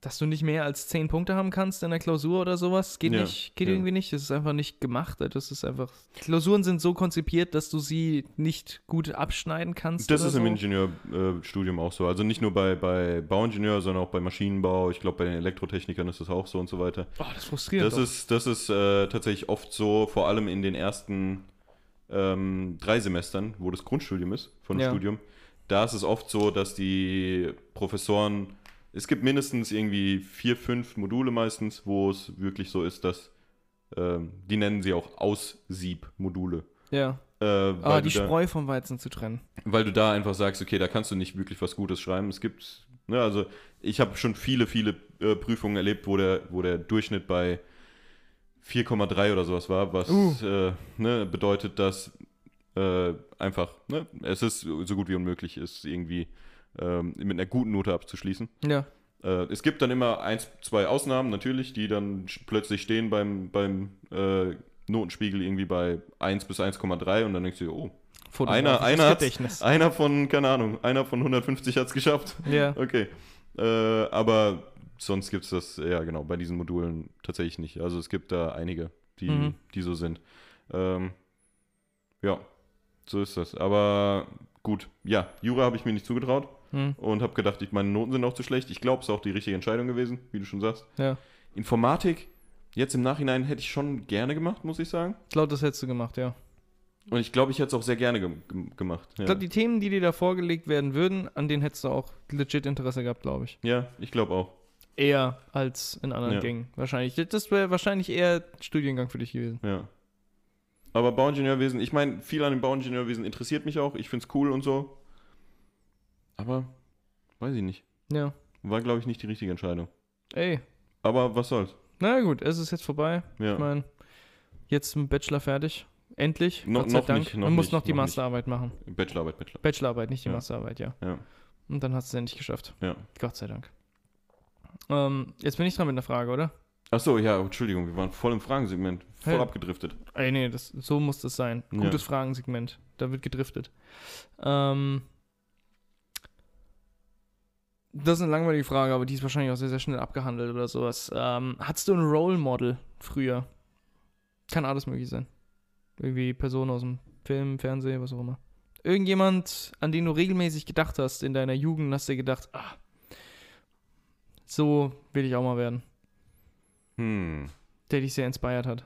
A: dass du nicht mehr als zehn Punkte haben kannst in der Klausur oder sowas. Geht
B: Ja,
A: nicht, geht
B: ja.
A: irgendwie nicht. Das ist einfach nicht gemacht. Das ist einfach. Klausuren sind so konzipiert, dass du sie nicht gut abschneiden kannst.
B: Das
A: oder
B: ist
A: so.
B: im Ingenieurstudium auch so. Also nicht nur bei, bei Bauingenieur, sondern auch bei Maschinenbau. Ich glaube, bei den Elektrotechnikern ist das auch so und so weiter.
A: Oh, das frustriert.
B: Das
A: doch.
B: ist, das ist äh, tatsächlich oft so, vor allem in den ersten ähm, drei Semestern, wo das Grundstudium ist, von dem
A: Ja.
B: Studium. Da ist es oft so, dass die Professoren, es gibt mindestens irgendwie vier, fünf Module meistens, wo es wirklich so ist, dass, ähm, die nennen sie auch Aussieb-Module.
A: ja.
B: Äh,
A: Ah,
B: weil,
A: die
B: du da,
A: Spreu vom Weizen zu trennen.
B: weil du da einfach sagst, okay, da kannst du nicht wirklich was Gutes schreiben. Es gibt, ne, also ich habe schon viele, viele äh, Prüfungen erlebt, wo der, wo der Durchschnitt bei 4,3 oder sowas war, was
A: Uh.
B: äh, ne, bedeutet, dass äh, einfach, ne, es ist so gut wie unmöglich ist, irgendwie ähm, mit einer guten Note abzuschließen.
A: Ja.
B: Äh, es gibt dann immer eins, zwei Ausnahmen natürlich, die dann sch- plötzlich stehen beim, beim äh, Notenspiegel irgendwie bei 1 bis 1,3 und dann denkst du, dir, oh, einer,
A: Fotografisches
B: einer, hat's,
A: Gedächtnis.
B: einer von, keine Ahnung, einer von 150 hat
A: *laughs*
B: es geschafft.
A: Ja.
B: Okay. Äh, aber sonst gibt es das, ja genau, bei diesen Modulen tatsächlich nicht. Also es gibt da einige, die,
A: Mhm.
B: die so sind. Ähm, ja, so ist das. Aber gut, ja, Jura habe ich mir nicht zugetraut
A: Hm,
B: und habe gedacht, ich, meine Noten sind auch zu schlecht. Ich glaube, es ist auch die richtige Entscheidung gewesen, wie du schon sagst.
A: ja.
B: Informatik, jetzt im Nachhinein hätte ich schon gerne gemacht, muss ich sagen.
A: Ich glaube, das hättest du gemacht, ja.
B: Und ich glaube, ich hätte es auch sehr gerne gem- gem- gemacht. Ja.
A: Ich glaube, die Themen, die dir da vorgelegt werden würden, an denen hättest du auch legit Interesse gehabt, glaube ich.
B: Ja, ich glaube auch.
A: Eher als in anderen
B: Ja.
A: Gängen. Wahrscheinlich. Das wäre wahrscheinlich eher Studiengang für dich gewesen.
B: Ja. Aber Bauingenieurwesen, ich meine, viel an dem Bauingenieurwesen interessiert mich auch. Ich finde es cool und so. Aber weiß ich nicht.
A: Ja.
B: War, glaube ich, nicht die richtige Entscheidung.
A: Ey.
B: Aber was soll's.
A: Na gut, es ist jetzt vorbei.
B: Ja.
A: Ich meine, jetzt im Bachelor fertig. Endlich.
B: No-
A: Gott sei
B: noch
A: Dank.
B: nicht, noch
A: Man muss
B: nicht,
A: noch die
B: noch nicht.
A: Masterarbeit machen.
B: Bachelorarbeit, Bachelor.
A: Bachelorarbeit, nicht die
B: Ja.
A: Masterarbeit, ja.
B: Ja.
A: Und dann hast du es endlich geschafft.
B: Ja.
A: Gott sei Dank. Ähm, jetzt bin ich dran mit einer Frage, oder?
B: Achso, ja, Entschuldigung, wir waren voll im Fragensegment. Voll
A: Hey.
B: abgedriftet.
A: Ey, nee, das, so muss das sein.
B: Ja.
A: Gutes Fragensegment. Da wird gedriftet. Ähm, das ist eine langweilige Frage, aber die ist wahrscheinlich auch sehr, sehr schnell abgehandelt oder sowas. Ähm, hattest du ein Role Model früher? Kann alles möglich sein. Irgendwie Personen aus dem Film, Fernsehen, was auch immer. Irgendjemand, an den du regelmäßig gedacht hast in deiner Jugend, hast dir gedacht, ah, so will ich auch mal werden.
B: Hm.
A: Der dich sehr inspiriert hat.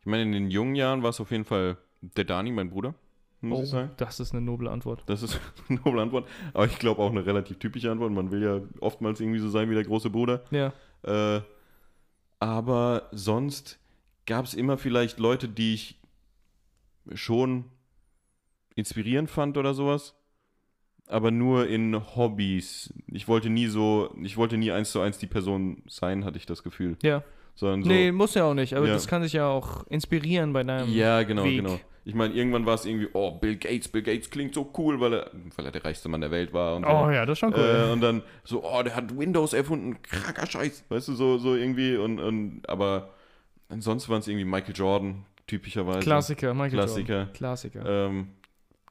B: Ich meine, in den jungen Jahren war es auf jeden Fall der Dani, mein Bruder, muss
A: Oh.
B: ich sagen.
A: das ist eine noble Antwort.
B: Das ist *laughs* eine noble Antwort. Aber ich glaube auch eine relativ typische Antwort. Man will ja oftmals irgendwie so sein wie der große Bruder.
A: Ja.
B: Äh, aber sonst gab es immer vielleicht Leute, die ich schon inspirierend fand oder sowas. Aber nur in Hobbys. Ich wollte nie so, ich wollte nie eins zu eins die Person sein, hatte ich das Gefühl.
A: Ja.
B: Sondern so.
A: Nee, muss ja auch nicht, aber
B: Ja.
A: das kann sich ja auch inspirieren bei deinem.
B: ja, genau,
A: Weg.
B: genau. Ich meine, irgendwann war es irgendwie, oh, Bill Gates, Bill Gates klingt so cool, weil er, weil er der reichste Mann der Welt war. Und so.
A: Oh ja, das ist schon cool.
B: Äh, und dann so, oh, der hat Windows erfunden, kranker Scheiß. Weißt du, so, so irgendwie. Und, und, aber ansonsten waren es irgendwie Michael Jordan, typischerweise.
A: Klassiker, Michael Jordan.
B: Klassiker.
A: Klassiker.
B: Ähm,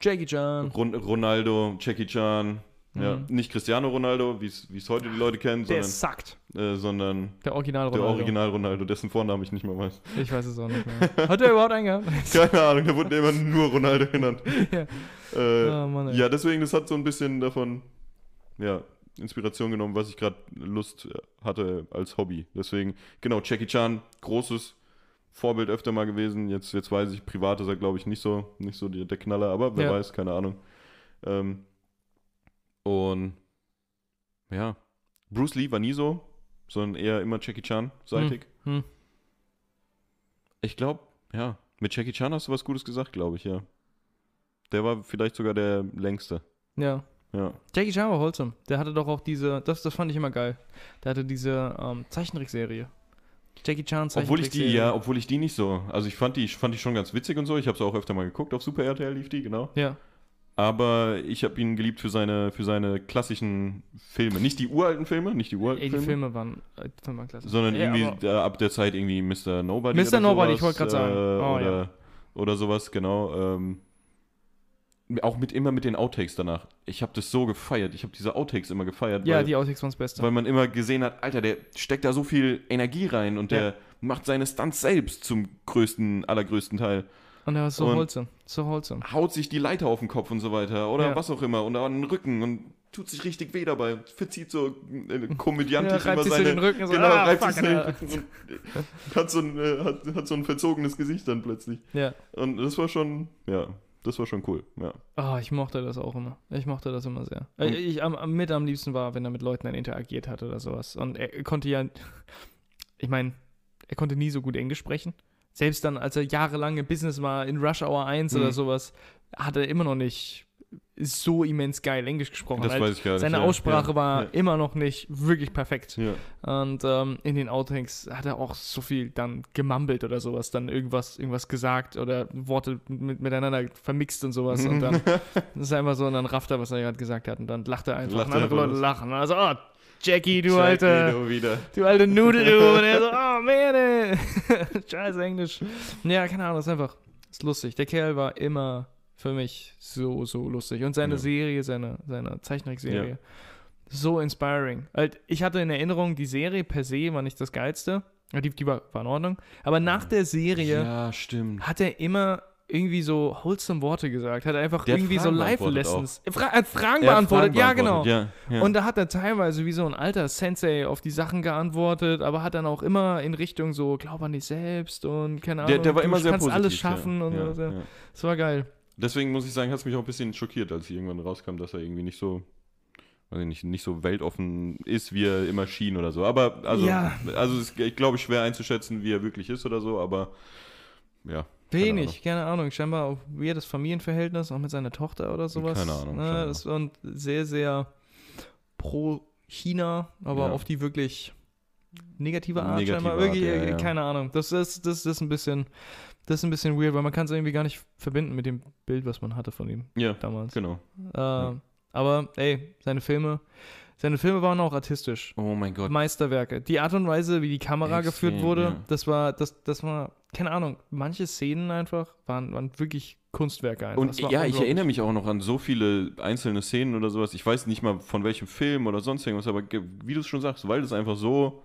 A: Jackie Chan.
B: Ron Ronaldo, Jackie Chan. Ja,
A: Mhm.
B: nicht Cristiano Ronaldo, wie es heute die Leute kennen,
A: Der
B: sondern,
A: sackt.
B: äh, sondern
A: Der Original
B: der
A: Ronaldo.
B: Original Ronaldo, dessen Vornamen ich nicht mehr weiß.
A: Ich weiß es auch nicht
B: *laughs*
A: mehr. Hat der überhaupt einen gehabt?
B: Keine Ahnung, da wurden immer nur Ronaldo genannt.
A: *laughs* Ja. *laughs*
B: Äh,
A: Oh, Mann, ey.
B: ja, deswegen, das hat so ein bisschen davon, ja, Inspiration genommen, was ich gerade Lust äh, hatte als Hobby. Deswegen, genau, Jackie Chan, großes Vorbild öfter mal gewesen. Jetzt, jetzt weiß ich, privat ist er, glaube ich, nicht so, nicht so der, der Knaller, aber wer
A: Ja.
B: weiß, keine Ahnung. Ähm, und ja, Bruce Lee war nie so, sondern eher immer Jackie Chan-seitig.
A: Hm.
B: Ich glaube, ja, mit Jackie Chan hast du was Gutes gesagt, glaube ich, ja. Der war vielleicht sogar der längste.
A: Ja.
B: Ja.
A: Jackie Chan war wholesome. Der hatte doch auch diese, das, das fand ich immer geil. Der hatte diese ähm, Zeichentrickserie. Jackie Chan
B: Obwohl ich die,
A: Zeichentrickserie.
B: ja, obwohl ich die nicht so. Also ich fand die, ich fand die schon ganz witzig und so. Ich habe sie auch öfter mal geguckt. Auf Super RTL lief die, genau.
A: Ja.
B: Aber ich habe ihn geliebt für seine, für seine klassischen Filme. Nicht die uralten Filme, nicht die uralten
A: Ey, die
B: Filme,
A: Filme waren, äh, waren mal klasse.
B: sondern
A: Ey, aber-
B: irgendwie äh, ab der Zeit irgendwie Mr. Nobody.
A: Mr.
B: oder
A: Nobody, ich wollte
B: sowas,
A: gerade sagen.
B: Äh,
A: Oh,
B: oder, oder sowas, genau. Ähm, auch mit immer mit den Outtakes danach. Ich habe das so gefeiert. Ich habe diese Outtakes immer gefeiert.
A: Ja,
B: weil,
A: die Outtakes waren das Beste.
B: weil man immer gesehen hat, Alter, der steckt da so viel Energie rein und der macht seine Stunts selbst zum größten, allergrößten Teil.
A: Und er war so
B: und-
A: wholesome. So wholesome.
B: haut sich die Leiter auf den Kopf und so weiter oder
A: Ja.
B: was auch immer und an den Rücken und tut sich richtig weh dabei, verzieht so äh,
A: *laughs* Ja,
B: komödiantisch
A: reibt
B: über
A: sich so
B: seine...
A: den Rücken, so,
B: genau,
A: ah,
B: reibt
A: fuck,
B: sich so den
A: Alter.
B: Rücken und hat so, ein, äh, hat, hat so ein verzogenes Gesicht dann plötzlich.
A: Ja.
B: Und das war schon, ja, das war schon cool, ja.
A: Ah, ich mochte das auch immer. Ich mochte das immer sehr. Äh,
B: Und-
A: Ich am, am- mit am liebsten war, wenn er mit Leuten dann interagiert hat oder sowas. Und er konnte ja, ich meine, er konnte nie so gut Englisch sprechen. Selbst dann, als er jahrelang im Business war, in Rush Hour 1
B: Mhm.
A: oder sowas, hat er immer noch nicht so immens geil Englisch gesprochen.
B: Das
A: Halt,
B: weiß ich gar nicht.
A: Seine
B: ja.
A: Aussprache
B: ja.
A: war
B: ja.
A: immer noch nicht wirklich perfekt.
B: Ja.
A: Und ähm, in den Outtakes hat er auch so viel dann gemumbelt oder sowas, dann irgendwas, irgendwas gesagt oder Worte mit, miteinander vermixt und sowas. Und
B: *laughs*
A: dann das ist einfach so, und dann rafft er, was er gerade gesagt hat. Und dann lacht er einfach.
B: Lacht
A: und andere
B: einfach
A: Leute
B: los.
A: lachen. Also, oh, Jackie, du
B: Zeig mir
A: alte,
B: doch Wieder.
A: du alte Nudel, du. Und er so, oh man, ey. *laughs* Scheiß Englisch. Ja, keine Ahnung, das ist einfach, ist lustig. Der Kerl war immer für mich so, so lustig. Und seine
B: Ja.
A: Serie, seine, seine Zeichentrickserie, so inspiring. Halt, ich hatte in Erinnerung, die Serie per se war nicht das Geilste. Ja, Die, die war, war in Ordnung. Aber nach der Serie
B: Ja, stimmt.
A: hat er immer irgendwie so wholesome Worte gesagt. Hat einfach
B: Der hat
A: irgendwie so
B: Fragen beantwortet
A: Life-Lessons. Fra er hat Fragen
B: Er hat
A: beantwortet,
B: Fragen
A: ja, genau.
B: beantwortet, Ja, ja.
A: Und da hat er teilweise wie so ein alter Sensei auf die Sachen geantwortet, aber hat dann auch immer in Richtung so, glaub an dich selbst und keine Ahnung,
B: der, der war
A: du
B: immer sehr
A: kannst
B: positiv.
A: alles schaffen
B: ja.
A: und
B: ja,
A: so.
B: ja.
A: Das war geil.
B: Deswegen muss ich sagen, hat es mich auch ein bisschen schockiert, als ich irgendwann rauskam, dass er irgendwie nicht so, weiß ich nicht, nicht so weltoffen ist, wie er immer schien oder so. Aber also,
A: Ja.
B: also es ist, ich glaube, schwer einzuschätzen, wie er wirklich ist oder so, aber ja. keine
A: Wenig, keine Ahnung. Scheinbar auch weirdes Familienverhältnis, auch mit seiner Tochter oder sowas.
B: Keine Ahnung,
A: Ne,
B: scheinbar.
A: das und sehr, sehr pro China, aber
B: Ja.
A: auf die wirklich negative Art
B: Negative
A: scheinbar.
B: Art,
A: Wirklich,
B: ja,
A: äh,
B: ja.
A: Keine Ahnung. Das ist, das, das ist ein bisschen, das ist ein bisschen weird, weil man kann es irgendwie gar nicht verbinden mit dem Bild, was man hatte von ihm
B: Ja,
A: damals.
B: genau.
A: Äh, Aber ey, seine Filme, seine Filme waren auch artistisch.
B: Oh mein Gott.
A: Meisterwerke. Die Art und Weise, wie die Kamera
B: Extrem,
A: geführt wurde,
B: ja.
A: das war, das, das war, keine Ahnung, manche Szenen einfach waren, waren wirklich Kunstwerke einfach.
B: Und
A: Das war
B: ja, ich
A: unglaublich.
B: erinnere mich auch noch an so viele einzelne Szenen oder sowas. Ich weiß nicht mal von welchem Film oder sonst irgendwas, aber ge- wie du es schon sagst, weil das einfach so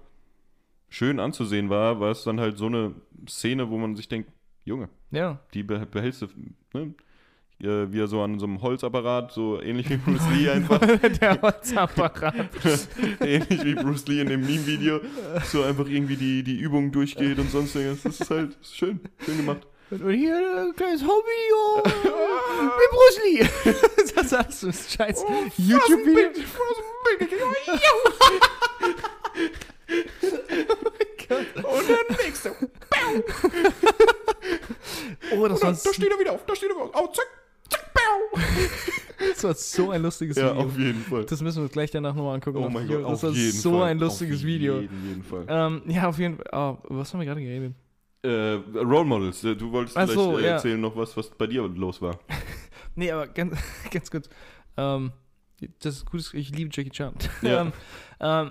B: schön anzusehen war, war es dann halt so eine Szene, wo man sich denkt, Junge,
A: Ja, *laughs*
B: die beh- behältst du, ne? Äh, Wie er so an so einem Holzapparat, so ähnlich wie Bruce Lee einfach,
A: *laughs*
B: *laughs*
A: der Holzapparat.
B: ähnlich wie Bruce Lee in dem Meme-Video, so einfach irgendwie die, die Übungen durchgeht und sonst irgendwas. Das ist halt das ist schön, schön gemacht.
A: Und hier ein kleines Home-Video
B: *laughs*
A: mit Bruce Lee. *laughs* das ist alles so ein
B: Oh,
A: scheiß YouTube-Video. *laughs*
B: Oh Und dann nächste.
A: Oh, das war, das
B: er wieder auf, Ah, da steht er wieder auf. Au, zack, zack,
A: war so ein lustiges
B: Ja,
A: Video.
B: auf jeden Fall.
A: Das müssen wir uns gleich danach nochmal angucken.
B: Oh
A: auf
B: mein
A: Video.
B: Gott,
A: das
B: auf
A: war
B: jeden
A: so
B: Fall.
A: ein lustiges
B: auf
A: Video.
B: Jeden, jeden Fall.
A: Ähm, ja, auf jeden Fall. Oh, was haben wir gerade geredet?
B: Äh, Role Models, äh, du wolltest
A: Ach
B: vielleicht
A: so,
B: äh,
A: ja.
B: erzählen noch was, was bei dir los war.
A: Nee, aber ganz, *laughs* ganz kurz. Ähm, das ist gutes. Ich liebe Jackie Chan. *laughs*
B: Ja.
A: ähm, ähm,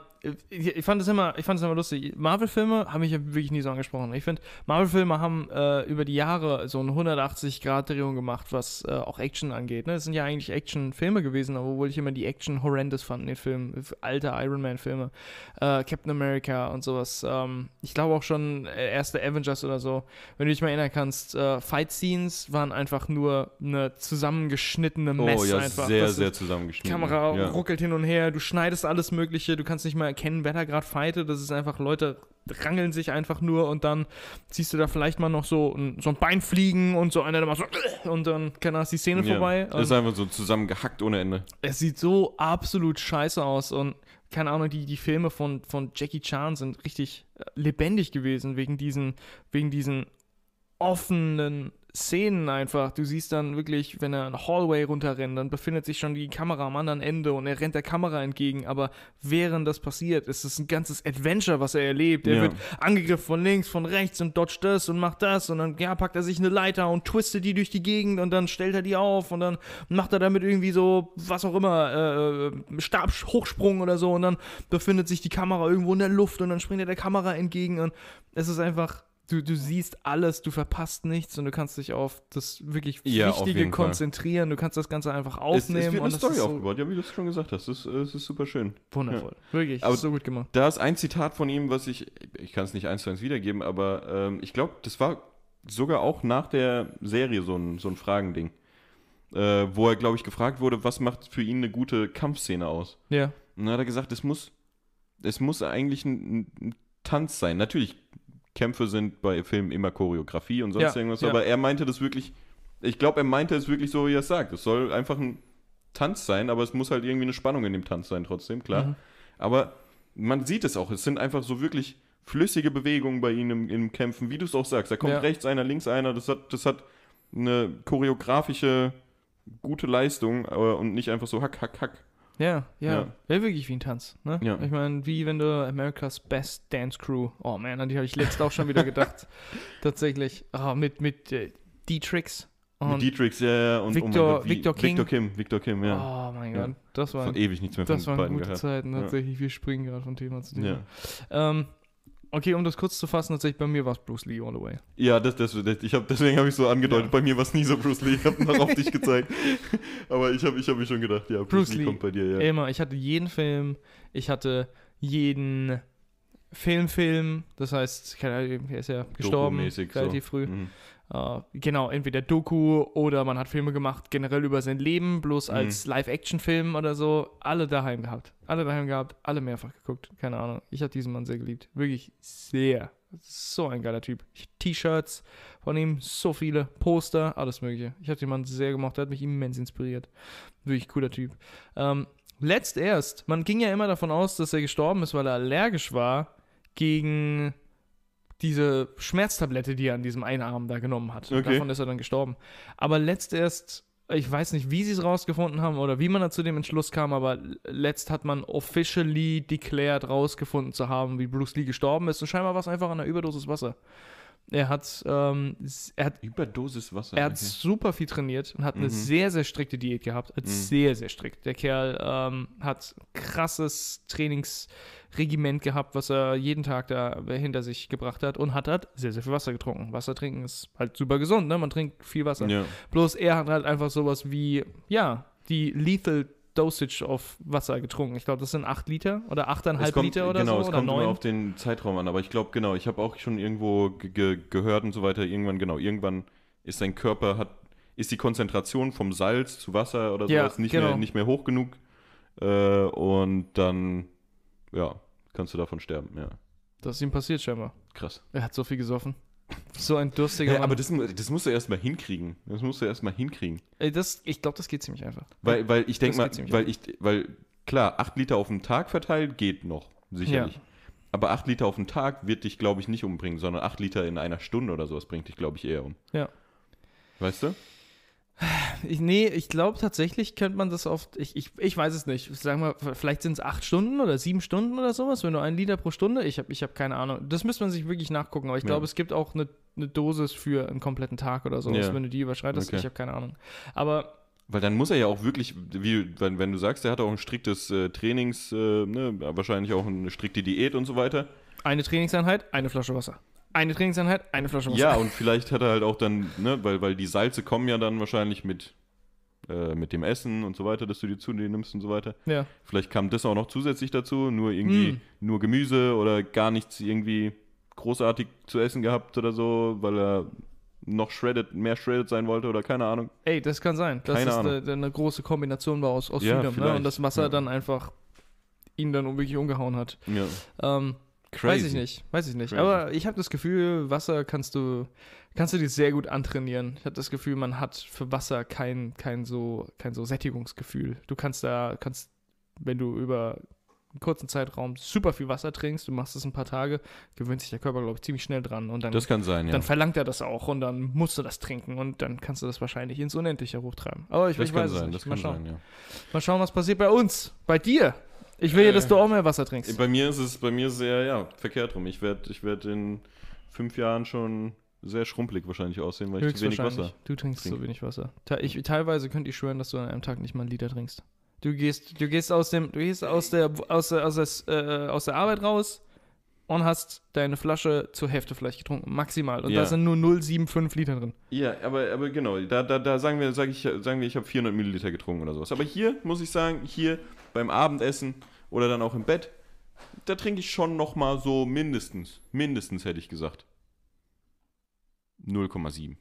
A: ich, ich fand es immer, ich fand es immer lustig. Marvel-Filme haben mich ja wirklich nie so angesprochen. Ich finde, Marvel-Filme haben äh, über die Jahre so eine 180-Grad-Drehung gemacht, was äh, auch Action angeht. Ne? Das sind ja eigentlich Action-Filme gewesen, aber obwohl ich immer die Action horrendous fand in den Filmen, alte Iron Man-Filme, äh, Captain America und sowas. Ähm, ich glaube auch schon äh, erste Avengers oder so wenn du dich mal erinnern kannst, äh, Fight Scenes waren einfach nur eine zusammengeschnittene Mess
B: oh ja,
A: einfach.
B: sehr,
A: Das
B: sehr
A: ist- Die
B: zusammengeschnitten.
A: Kamera
B: ja.
A: ruckelt hin und her, du schneidest alles Mögliche, du kannst nicht mal erkennen, wer da gerade fightet. Das ist einfach, Leute rangeln sich einfach nur und dann siehst du da vielleicht mal noch so ein, so ein Bein fliegen und so einer, der macht so und dann keine Ahnung, ist die Szene vorbei.
B: Ja. Ist
A: Ähm,
B: einfach so zusammengehackt ohne Ende.
A: es sieht so absolut scheiße aus und keine Ahnung, die, die Filme von, von Jackie Chan sind richtig äh, lebendig gewesen wegen diesen, wegen diesen offenen Szenen einfach. Du siehst dann wirklich, wenn er einen Hallway runterrennt, dann befindet sich schon die Kamera am anderen Ende und er rennt der Kamera entgegen. Aber während das passiert, ist es ein ganzes Adventure, was er erlebt. Er
B: Ja.
A: wird angegriffen von links, von rechts und dodgt das und macht das und dann ja, packt er sich eine Leiter und twistet die durch die Gegend und dann stellt er die auf und dann macht er damit irgendwie so, was auch immer, äh, Stabhochsprung oder so und dann befindet sich die Kamera irgendwo in der Luft und dann springt er der Kamera entgegen und es ist einfach, du, du siehst alles, du verpasst nichts und du kannst dich auf das wirklich
B: Ja, auf
A: Wichtige
B: jeden Fall.
A: konzentrieren, du kannst das Ganze einfach
B: Es, es
A: aufnehmen
B: wird eine
A: und das
B: Story
A: ist so
B: aufgebaut, ja, wie du es schon gesagt hast. Das, äh, es ist super schön.
A: wundervoll. Wirklich,
B: Aber-
A: ist so gut gemacht.
B: Da ist ein Zitat von ihm, was ich, ich kann es nicht eins zu eins wiedergeben, aber ähm, ich glaube, das war sogar auch nach der Serie so ein, so ein Fragending, äh, wo er, glaube ich, gefragt wurde, was macht für ihn eine gute Kampfszene aus?
A: Ja.
B: Und dann hat er gesagt, es muss, es muss eigentlich ein, ein Tanz sein. Natürlich, Kämpfe sind bei Filmen immer Choreografie und sonst
A: Ja,
B: irgendwas,
A: ja.
B: aber er meinte das wirklich, ich glaube, er meinte es wirklich so, wie er es sagt. Es soll einfach ein Tanz sein, aber es muss halt irgendwie eine Spannung in dem Tanz sein trotzdem, klar.
A: Mhm.
B: Aber man sieht es auch, es sind einfach so wirklich flüssige Bewegungen bei ihnen im, im Kämpfen, wie du es auch sagst. Da kommt
A: Ja.
B: rechts einer, links einer, das hat, das hat eine choreografische gute Leistung äh, und nicht einfach so hack, hack, hack.
A: Ja, ja.
B: Ja.
A: Ja, wirklich wie ein Tanz. Ne?
B: Ja.
A: Ich meine, wie wenn du America's Best Dance Crew. Oh man, an die habe ich letzt auch schon wieder
B: *laughs*
A: gedacht. Tatsächlich. Ah, mit mit äh, D-Tricks.
B: Mit
A: Und,
B: Dietrich, ja, ja, und oh
A: Victor-
B: wie-
A: Victor King.
B: Victor Kim, Victor Kim, ja.
A: Oh mein
B: Ja.
A: Gott, das
B: Von
A: waren,
B: ewig nichts mehr von
A: das
B: den
A: waren
B: beiden
A: gute
B: gehört.
A: Zeiten
B: Ja.
A: tatsächlich. Wir springen gerade von Thema zu Thema.
B: Ja,
A: Ähm, okay, um das kurz zu fassen, tatsächlich bei mir war es Bruce Lee all the way.
B: ja das, das, das, ich hab, deswegen habe ich so angedeutet,
A: Ja.
B: bei mir war es nie so Bruce Lee, ich habe
A: *laughs*
B: noch auf dich gezeigt. Aber ich habe ich hab mir schon gedacht, ja, Bruce,
A: Bruce
B: Lee,
A: Lee.
B: kommt bei dir, ja.
A: Immer, ich hatte jeden Film, ich hatte jeden Film, Film, das heißt, keine Ahnung, er ist ja gestorben,
B: Dokumäßig so.
A: relativ früh.
B: Mhm.
A: Äh, genau, entweder Doku oder man hat Filme gemacht, generell über sein Leben, bloß als Live-Action-Film oder so. Alle daheim gehabt. Alle daheim gehabt, alle mehrfach geguckt. Keine Ahnung. Ich habe diesen Mann sehr geliebt. Wirklich sehr. So ein geiler Typ. Ich- T-Shirts von ihm, so viele, Poster, alles Mögliche. Ich habe den Mann sehr gemocht, der hat mich immens inspiriert. Wirklich cooler Typ. Ähm, letzt erst, man ging ja immer davon aus, dass er gestorben ist, weil er allergisch war gegen diese Schmerztablette, die er an diesem einen Arm da genommen hat. Und
B: Okay.
A: Davon ist er dann gestorben. Aber letzt erst, ich weiß nicht, wie sie es rausgefunden haben oder wie man da zu dem Entschluss kam, aber letzt hat man officially declared rausgefunden zu haben, wie Bruce Lee gestorben ist. Und scheinbar war es einfach an einer Überdosis Wasser. Er hat, ähm, s- er hat
B: Überdosis Wasser.
A: er hat
B: okay. Mhm.
A: super viel trainiert und hat eine sehr, sehr strikte Diät gehabt. Hat Sehr, sehr strikt. Der Kerl ähm, hat krasses Trainingsregiment gehabt, was er jeden Tag da hinter sich gebracht hat und hat halt sehr, sehr viel Wasser getrunken. Wasser trinken ist halt super gesund, ne? Man trinkt viel Wasser.
B: Ja.
A: Bloß er hat halt einfach sowas wie, ja, die Lethal Dosage auf Wasser getrunken. Ich glaube, das sind 8 Liter oder 8,5
B: Es kommt-
A: Liter oder
B: genau,
A: so
B: es
A: oder
B: kommt immer
A: 9.
B: auf den Zeitraum an, aber ich glaube, genau, ich habe auch schon irgendwo ge ge gehört und so weiter, irgendwann, genau, irgendwann ist dein Körper, hat, ist die Konzentration vom Salz zu Wasser oder
A: Ja,
B: sowas nicht,
A: genau.
B: mehr, nicht mehr hoch genug äh, und dann, ja, kannst du davon sterben, ja,
A: Das ist ihm passiert scheinbar.
B: krass.
A: Er hat so viel gesoffen. *laughs* So ein durstiger
B: Ja,
A: Mann.
B: aber das, das musst du erstmal hinkriegen, das musst du erstmal hinkriegen,
A: Ey, das, ich glaube, das geht ziemlich einfach.
B: weil, weil ich denke
A: Das
B: mal,
A: geht ziemlich
B: weil ich, weil, klar, 8 Liter auf den Tag verteilt geht noch, sicherlich.
A: Ja.
B: Aber 8 Liter auf den Tag wird dich, glaube ich, nicht umbringen, sondern 8 Liter in einer Stunde oder sowas bringt dich, glaube ich, eher um.
A: Ja.
B: Weißt du?
A: Ich, nee, ich glaube tatsächlich könnte man das oft. Ich, ich, ich weiß es nicht. Sagen wir, vielleicht sind es acht Stunden oder sieben Stunden oder sowas, wenn du ein Liter pro Stunde. Ich habe ich hab keine Ahnung. Das müsste man sich wirklich nachgucken, aber ich
B: Ja.
A: glaube, es gibt auch eine, eine Dosis für einen kompletten Tag oder sowas,
B: Ja.
A: wenn du die überschreitest.
B: Okay.
A: Ich habe keine Ahnung. Aber
B: Weil dann muss er ja auch wirklich, wie, wenn, wenn du sagst, er hat auch ein striktes äh, Trainings, äh, ne, wahrscheinlich auch eine strikte Diät und so weiter.
A: eine Trainingseinheit, eine Flasche Wasser. Eine Trainingseinheit, eine Flasche Wasser.
B: Ja, und vielleicht hat er halt auch dann, ne, weil, weil die Salze kommen ja dann wahrscheinlich mit, äh, mit dem Essen und so weiter, dass du die zu dir nimmst und so weiter.
A: ja.
B: Vielleicht kam das auch noch zusätzlich dazu, nur irgendwie
A: Mm.
B: nur Gemüse oder gar nichts irgendwie großartig zu essen gehabt oder so, weil er noch shredded, mehr shredded sein wollte oder keine Ahnung.
A: Ey, das kann sein. Das
B: Keine
A: ist äh,
B: Ahnung.
A: eine, eine große Kombination war aus, aus
B: Ja,
A: vielem. Ne? Und
B: vielleicht.
A: das Wasser
B: Ja.
A: dann einfach ihn dann wirklich umgehauen hat.
B: Ja.
A: Ähm, Weiß ich nicht, weiß ich nicht.
B: Crazy.
A: Aber ich habe das Gefühl, Wasser kannst du, kannst du dir sehr gut antrainieren. Ich habe das Gefühl, man hat für Wasser kein, kein, so, kein so Sättigungsgefühl. Du kannst da, kannst, wenn du über einen kurzen Zeitraum super viel Wasser trinkst, du machst es ein paar Tage, gewöhnt sich der Körper, glaube ich, ziemlich schnell dran. Und dann,
B: Das kann sein, ja.
A: dann verlangt er das auch und dann musst du das trinken und dann kannst du das wahrscheinlich ins Unendliche hochtreiben. Aber ich,
B: das
A: ich
B: kann
A: weiß es
B: sein,
A: nicht.
B: das
A: Mal
B: kann
A: schauen.
B: sein, ja.
A: Mal schauen, was passiert bei uns, bei dir. Ich will ja,
B: Äh,
A: dass du auch mehr Wasser trinkst.
B: Bei mir ist es bei mir sehr, ja, verkehrt rum. Ich werde ich werd in fünf Jahren schon sehr schrumpelig wahrscheinlich aussehen, weil ich zu wenig
A: Höchstwahrscheinlich.
B: Wasser.
A: Du trinkst zu
B: trinke. Mhm.
A: wenig Wasser. Te ich, teilweise könnte ich schwören, dass du an einem Tag nicht mal einen Liter trinkst. Du gehst, du gehst aus dem, du gehst aus der, aus der, aus des, äh, aus der Arbeit raus und hast deine Flasche zur Hälfte vielleicht getrunken, maximal. Und
B: Ja.
A: da sind nur 0,75 Liter drin.
B: Ja, aber, aber genau, da, da, da sagen wir, sag ich, sagen wir, ich habe 400 Milliliter getrunken oder sowas. Aber hier muss ich sagen, hier beim Abendessen oder dann auch im Bett, da trinke ich schon nochmal so mindestens, mindestens hätte ich gesagt. 0,7.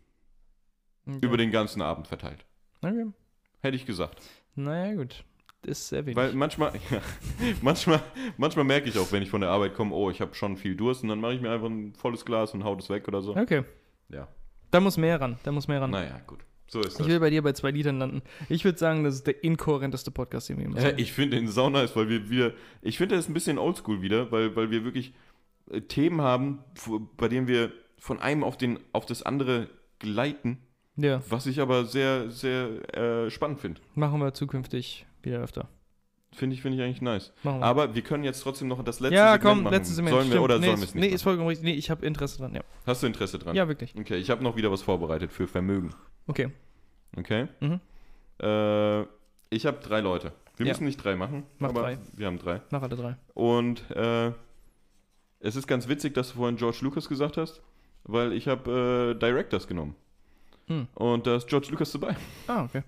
B: Über den ganzen Abend verteilt.
A: Okay.
B: Hätte ich gesagt.
A: Naja, gut. Das ist sehr wenig.
B: Weil manchmal, *laughs* ja, manchmal, manchmal merke ich auch, wenn ich von der Arbeit komme, oh, ich habe schon viel Durst und dann mache ich mir einfach ein volles Glas und hau das weg oder so.
A: okay.
B: Ja.
A: Da muss mehr ran. Da muss mehr ran.
B: Naja, gut. So ist
A: Ich
B: das.
A: will bei dir bei zwei Litern landen. Ich würde sagen, das ist der inkohärenteste Podcast, den wir jemals
B: Äh, ich finde den sau nice, weil wir wieder, ich finde das ist ein bisschen oldschool wieder, weil, weil wir wirklich äh, Themen haben, wo- bei denen wir von einem auf, den, auf das andere gleiten,
A: Ja,
B: was ich aber sehr, sehr äh, spannend finde.
A: machen wir zukünftig wieder öfter.
B: Finde ich, finde ich eigentlich nice.
A: Machen wir.
B: Aber wir können jetzt trotzdem noch das letzte
A: ja,
B: Segment
A: komm,
B: machen.
A: letztes Segment.
B: Sollen wir
A: stimmt.
B: oder
A: nee,
B: sollen wir
A: ist-
B: es nicht?
A: Nee, ist vollkommen richtig. Nee, ich habe Interesse dran, ja.
B: machen? Hast du Interesse dran?
A: Ja, wirklich.
B: Okay, ich habe noch wieder was vorbereitet für Vermögen.
A: Okay.
B: Okay.
A: Mhm.
B: Äh, ich habe drei Leute. Wir
A: Ja.
B: müssen nicht drei machen,
A: Mach
B: aber
A: drei.
B: wir haben drei.
A: Nach alle drei.
B: Und äh, es ist ganz witzig, dass du vorhin George Lucas gesagt hast, weil ich habe äh, Directors genommen.
A: Hm.
B: Und da ist George Lucas dabei.
A: Ah, okay.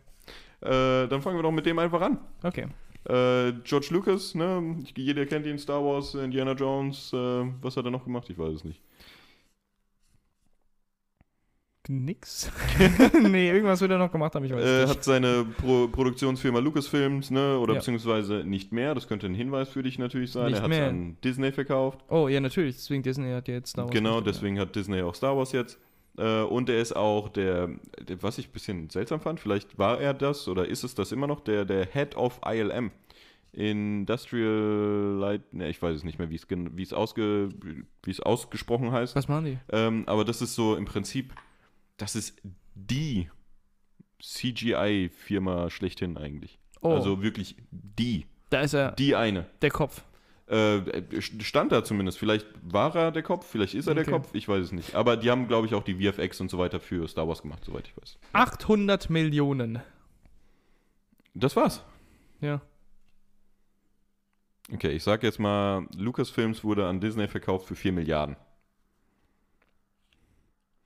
B: Äh, dann fangen wir doch mit dem einfach an.
A: Okay.
B: Äh, George Lucas, ne? jeder kennt ihn, Star Wars, Indiana Jones, äh, was hat er noch gemacht? Ich weiß es nicht.
A: Nix. *laughs* nee, irgendwas wird er noch gemacht haben, ich weiß
B: Äh,
A: es nicht.
B: hat seine Pro Produktionsfirma Lucasfilms, ne? oder
A: Ja.
B: beziehungsweise nicht mehr, das könnte ein Hinweis für dich natürlich sein.
A: Nicht
B: er hat
A: mehr.
B: an Disney verkauft.
A: Oh, ja, natürlich. Deswegen Disney hat ja jetzt Star Wars
B: Genau,
A: gemacht,
B: deswegen hat Disney auch Star Wars jetzt. Äh, und er ist auch der, der, was ich ein bisschen seltsam fand, vielleicht war er das oder ist es das immer noch, der, der Head of ILM. Industrial Light, ne, ich weiß es nicht mehr, wie es gen- wie es ausge, wie es ausgesprochen
A: ja.
B: heißt.
A: Was machen die?
B: Ähm, aber das ist so im Prinzip, das ist die CGI-Firma schlechthin eigentlich.
A: Oh,
B: Also wirklich die,
A: da ist er,
B: die eine.
A: der Kopf.
B: Äh, stand da zumindest. Vielleicht war er der Kopf, vielleicht ist er
A: Okay.
B: der Kopf, ich weiß es nicht. Aber die haben, glaube ich, auch die VFX und so weiter für Star Wars gemacht, soweit ich weiß.
A: 800 Millionen.
B: Das war's.
A: Ja.
B: Okay, ich sag jetzt mal, Lucasfilms wurde an Disney verkauft für 4 Milliarden.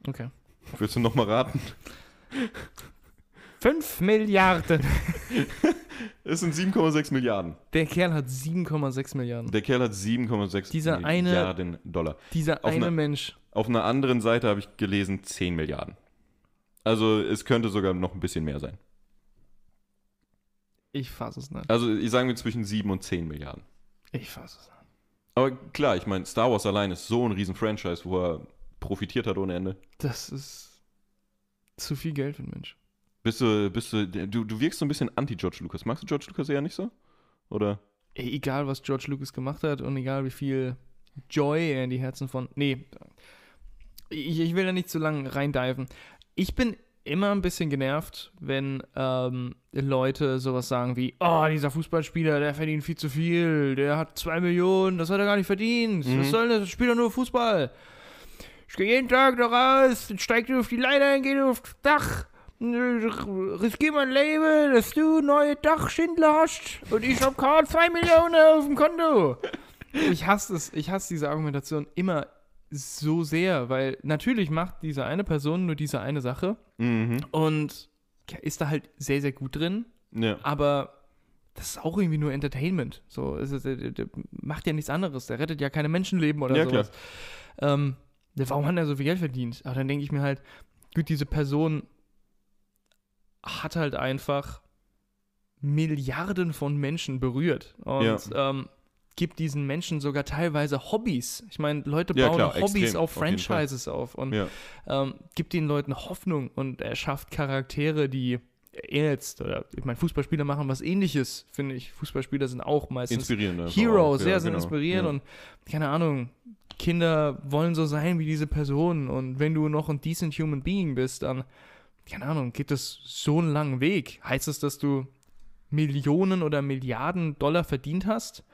A: Okay.
B: Willst du nochmal raten?
A: 5 Milliarden. *laughs*
B: Es sind 7,6 Milliarden.
A: Der Kerl hat 7,6 Milliarden.
B: Der Kerl hat 7,6
A: Dieser eine-
B: Milliarden Dollar.
A: Dieser
B: Auf
A: eine
B: einer-
A: Mensch.
B: Auf einer anderen Seite habe ich gelesen 10 Milliarden. Also es könnte sogar noch ein bisschen mehr sein.
A: Ich fasse es nicht.
B: Also ich sage mir zwischen 7 und 10 Milliarden.
A: Ich fasse es nicht.
B: Aber klar, ich meine, Star Wars allein ist so ein riesen Franchise, wo er profitiert hat ohne Ende.
A: Das ist zu viel Geld für einen Mensch.
B: Bist du, bist du, du, du wirkst so ein bisschen anti-George Lucas. Magst du George Lucas eher nicht so? Oder?
A: Ey, egal, was George Lucas gemacht hat und egal, wie viel Joy er in die Herzen von. Nee, ich, ich will da nicht zu lange reindiven. Ich bin immer ein bisschen genervt, wenn ähm, Leute sowas sagen wie: Oh, dieser Fußballspieler, der verdient viel zu viel, der hat 2 Millionen, das hat er gar nicht verdient.
B: Mhm.
A: Was soll denn das? Spielt doch nur Fußball. Ich gehe jeden Tag da raus, steig dir auf die Leiter, und geh aufs Dach. äh, Riskier mein Leben, dass du neue Dachschindler hast und ich hab gerade 2 Millionen auf dem Konto. Ich hasse es, ich hasse diese Argumentation immer so sehr, weil natürlich macht diese eine Person nur diese eine Sache
B: Mhm.
A: und ist da halt sehr, sehr gut drin,
B: Ja.
A: aber das ist auch irgendwie nur Entertainment. So, es ist, der, der, der macht ja nichts anderes, der rettet ja keine Menschenleben oder
B: Ja,
A: sowas. Ähm, der- warum hat er so viel Geld verdient? Aber dann denke ich mir halt, gut, diese Person hat halt einfach Milliarden von Menschen berührt und ähm, gibt diesen Menschen sogar teilweise Hobbys. Ich meine, Leute
B: Ja,
A: bauen
B: klar,
A: Hobbys
B: extrem,
A: auf
B: auf jeden Fall.
A: Franchises auf und
B: Ja.
A: ähm, gibt den Leuten Hoffnung und erschafft Charaktere, die ähnelst. Oder ich meine, Fußballspieler machen was ähnliches, finde ich. Fußballspieler sind auch meistens
B: Inspirierend. einfach
A: Heroes,
B: auch.
A: ja, sind inspirierend
B: Ja.
A: und keine Ahnung, Kinder wollen so sein wie diese Personen und wenn du noch ein decent human being bist, dann, keine Ahnung, gibt es so einen langen Weg. Heißt es, dass du Millionen oder Milliarden Dollar verdient hast?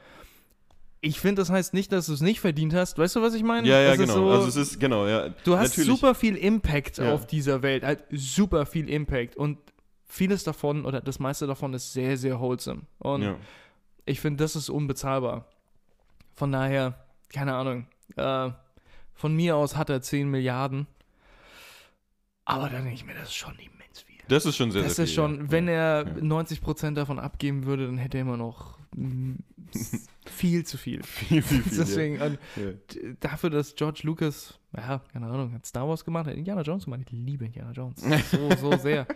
A: Ich finde, das heißt nicht, dass du es nicht verdient hast. Weißt du, was ich meine?
B: Ja, ja,
A: Es ist
B: genau.
A: so-
B: also es ist, genau, ja.
A: Du hast
B: Natürlich.
A: super viel Impact
B: Ja.
A: auf dieser Welt, halt super viel Impact und vieles davon oder das meiste davon ist sehr, sehr wholesome. Und
B: ja.
A: ich finde, das ist unbezahlbar. Von daher, keine Ahnung. Äh, von mir aus hat er 10 Milliarden. Aber dann denke ich mir, das ist schon immens viel.
B: Das ist schon sehr,
A: Das
B: sehr
A: ist
B: viel,
A: schon,
B: ja.
A: wenn er
B: Ja.
A: 90% davon abgeben würde, dann hätte er immer
B: *laughs*
A: noch mm, viel zu viel.
B: *laughs* Viel, viel,
A: *laughs*
B: viel.
A: Deswegen, und
B: Ja. Ja.
A: d- dafür, dass George Lucas, ja, keine Ahnung, hat Star Wars gemacht, hat Indiana Jones gemacht. Ich liebe Indiana Jones.
B: *laughs*
A: So, so sehr.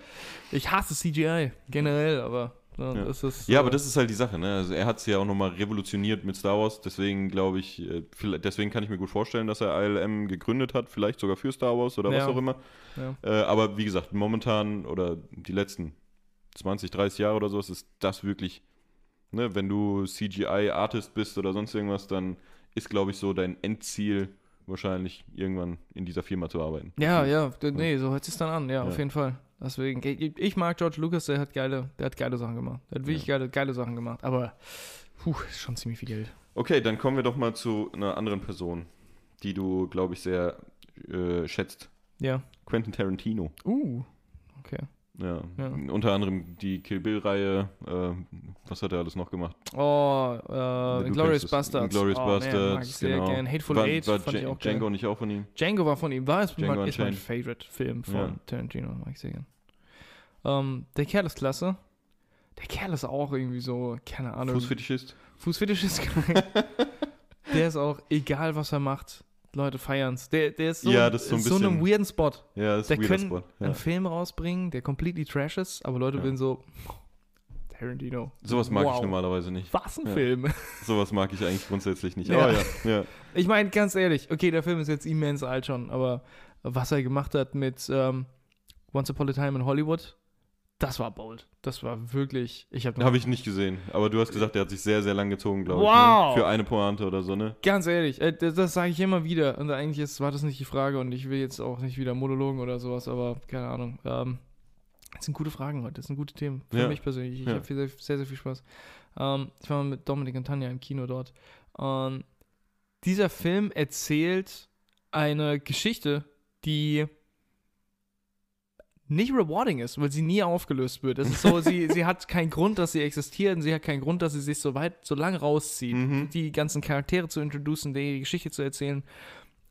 A: Ich hasse CGI generell, aber ja,
B: Ja.
A: das ist.
B: Ja, aber
A: äh,
B: das ist halt die Sache. Ne? Also er hat es ja auch nochmal revolutioniert mit Star Wars. Deswegen glaube ich, äh, vielleicht- deswegen kann ich mir gut vorstellen, dass er ILM gegründet hat. Vielleicht sogar für Star Wars oder was
A: Ja.
B: auch immer.
A: Ja.
B: Äh, aber wie gesagt, momentan oder die letzten 20, 30 Jahre oder sowas ist das wirklich, ne? wenn du CGI-Artist bist oder sonst irgendwas, dann ist, glaube ich, so dein Endziel wahrscheinlich irgendwann in dieser Firma zu arbeiten. Mhm.
A: Ja, ja, d- nee, so hört sich dann an, ja, auf
B: Ja.
A: jeden Fall. Deswegen, ich, ich mag George Lucas, der hat geile, der hat geile Sachen gemacht. Der hat wirklich geile, geile Sachen gemacht, aber puh, ist schon ziemlich viel Geld.
B: Okay, dann kommen wir doch mal zu einer anderen Person, die du, glaube ich, sehr äh, schätzt.
A: Ja.
B: Quentin Tarantino.
A: Uh.
B: Ja.
A: Ja.
B: Unter anderem die Kill Bill-Reihe. Äh, was hat er alles noch gemacht?
A: Oh, äh,
B: Du
A: Inglourious
B: kennst es.
A: Bastards.
B: Inglourious
A: oh, Man, mag ich
B: Bastards.
A: sehr
B: genau.
A: gern. Hateful
B: war,
A: Eight
B: War
A: fand ich
B: Dja-
A: auch geil.
B: Django nicht auch von ihm?
A: Django war von ihm, war es
B: Django
A: mein, ist mein
B: Unchained.
A: Favorite-Film von
B: Ja.
A: Tarantino, mag ich sehr gern. Ähm, der Kerl ist klasse. Der Kerl ist auch irgendwie so, keine Ahnung.
B: Fußfetischist?
A: Fußfetisch ist
B: *laughs*
A: geil. der ist auch, egal was er macht, Leute feiern's. Der, der ist so,
B: Ja, das ist so ein
A: in einem
B: bisschen-
A: weirden Spot.
B: Ja, das ist
A: Der
B: ein weirder
A: können-
B: Spot.
A: Einen
B: Ja.
A: Film rausbringen, der completely trash ist, aber Leute
B: Ja.
A: werden so, Tarantino.
B: Sowas mag ich
A: Wow.
B: normalerweise nicht.
A: Was ein
B: Ja.
A: Film.
B: Sowas mag ich eigentlich grundsätzlich nicht.
A: Ja.
B: Aber ja, ja.
A: Ich meine, ganz ehrlich, okay, der Film ist jetzt immens alt schon, aber was er gemacht hat mit ähm, Once Upon a Time in Hollywood, das war bold. Das war wirklich, ich habe
B: Habe ich nicht gesehen. Aber du hast gesagt, der hat sich sehr, sehr lang gezogen, glaube
A: Wow.
B: ich. Ne? Für eine Pointe oder so, ne?
A: Ganz ehrlich, äh, das, das sage ich immer wieder. Und eigentlich ist, war das nicht die Frage und ich will jetzt auch nicht wieder monologen oder sowas, aber keine Ahnung. Ähm, das sind gute Fragen heute, das sind gute Themen. Für
B: Ja.
A: mich persönlich. Ich
B: Ja.
A: habe sehr, sehr, sehr viel Spaß. Ähm, ich war mal mit Dominik und Tanja im Kino dort. Und dieser Film erzählt eine Geschichte, die nicht rewarding ist, weil sie nie aufgelöst wird. Es ist so, sie, sie hat keinen Grund, dass sie existiert und sie hat keinen Grund, dass sie sich so weit, so lang rauszieht
B: Mhm.
A: die ganzen Charaktere zu introducen, die Geschichte zu erzählen.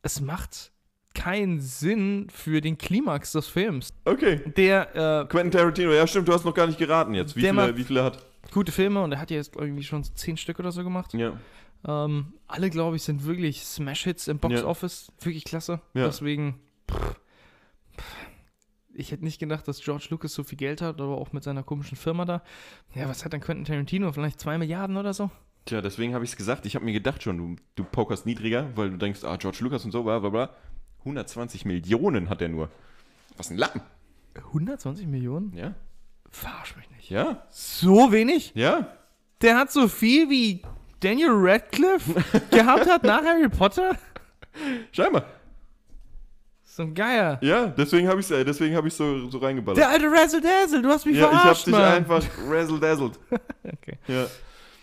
A: Es macht keinen Sinn für den Klimax des Films.
B: Okay.
A: Der äh,
B: Quentin Tarantino, ja stimmt, du hast noch gar nicht geraten jetzt, wie,
A: Der
B: viele,
A: macht-
B: wie viele er hat.
A: äh, gute Filme, und er hat ja jetzt irgendwie schon so zehn Stück oder so gemacht.
B: Ja.
A: Ähm, alle, glaube ich, sind wirklich Smash-Hits im Box
B: Ja.
A: Office. Wirklich klasse.
B: Ja.
A: Deswegen. pff, pff. Ich hätte nicht gedacht, dass George Lucas so viel Geld hat, aber auch mit seiner komischen Firma da. Ja, was hat dann Quentin Tarantino? Vielleicht zwei Milliarden oder so?
B: Tja, deswegen habe ich es gesagt. Ich habe mir gedacht schon, du, du pokerst niedriger, weil du denkst, ah, George Lucas und so, bla bla bla. 120 Millionen hat er nur. Was ein Lappen.
A: 120 Millionen?
B: Ja?
A: Verarsch mich nicht.
B: Ja?
A: So wenig?
B: Ja?
A: Der hat so viel wie Daniel
B: *laughs*
A: Radcliffe gehabt hat nach Harry Potter?
B: Scheinbar.
A: So ein Geier.
B: Ja, deswegen habe ich es deswegen hab ich's so, so reingeballert.
A: Der alte Razzle Dazzle, du hast mich
B: ja, ich habe
A: verarscht,
B: dich
A: Mann.
B: einfach razzle-dazzled.
A: *laughs* Okay.
B: Ja.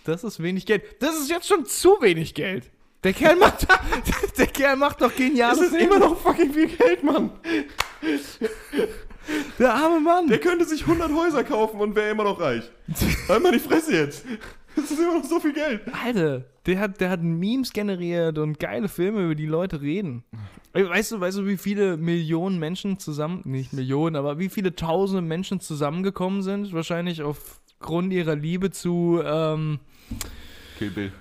A: Das ist wenig Geld. Das ist jetzt schon zu wenig Geld. Der Kerl macht, *laughs* der Kerl macht doch geniale
B: Das ist
A: Filme.
B: immer noch fucking viel Geld, Mann.
A: Der arme Mann.
B: Der könnte sich 100 Häuser kaufen und wäre immer
A: *laughs*
B: noch reich. Halt mal die Fresse jetzt. *laughs* Das ist immer noch so viel Geld.
A: Alter, der hat, der hat Memes generiert und geile Filme, über die Leute reden. Ey, Weißt du, weißt du, wie viele Millionen Menschen zusammen, nicht Millionen, aber wie viele tausende Menschen zusammengekommen sind? Wahrscheinlich aufgrund ihrer Liebe zu, ähm,
B: Kill Bill.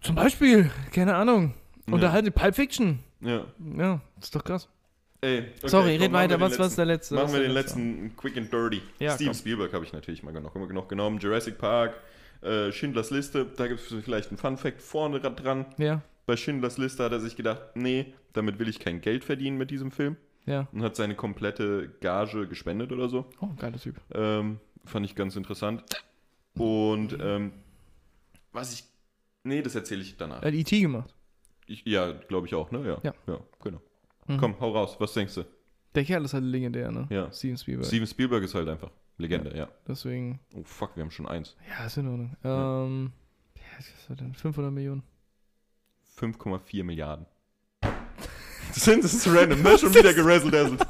A: zum Beispiel, keine Ahnung,
B: Ja.
A: unterhalte Pulp Fiction.
B: Ja.
A: Ja, ist doch krass.
B: Ey, okay,
A: Sorry,
B: komm,
A: red
B: machen
A: weiter,
B: wir
A: was,
B: den
A: was ist der letzte?
B: Machen
A: was
B: wir
A: ist
B: den
A: der
B: letzten Quick and Dirty.
A: Ja,
B: Steven
A: komm.
B: Spielberg habe ich natürlich mal genug, genug genommen. Jurassic Park, äh, Schindlers Liste. Da gibt es vielleicht einen Fun Fact vorne dran.
A: Ja,
B: Bei Schindlers Liste hat er sich gedacht, nee, damit will ich kein Geld verdienen mit diesem Film.
A: ja.
B: Und hat seine komplette Gage gespendet oder so.
A: Oh, geiler Typ.
B: Ähm, Fand ich ganz interessant. Und ähm, was ich. Nee, das erzähle ich danach.
A: Er hat E.T. gemacht.
B: Ich, ja, glaube ich auch, ne? Ja.
A: Ja.
B: genau.
A: Mhm.
B: Komm, hau raus. Was denkst du?
A: Der Kerl ist halt legendär, ne?
B: Ja.
A: Steven Spielberg.
B: Steven Spielberg ist halt einfach Legende, ja.
A: Deswegen,
B: Oh fuck, wir haben schon eins.
A: ja, ist in Ordnung.
B: Ja.
A: Ähm, ja, was war denn? 500
B: *laughs*
A: Millionen.
B: 5,4 *laughs* Milliarden. Sind es random, ne? Schon wieder gerazzle-dazzled.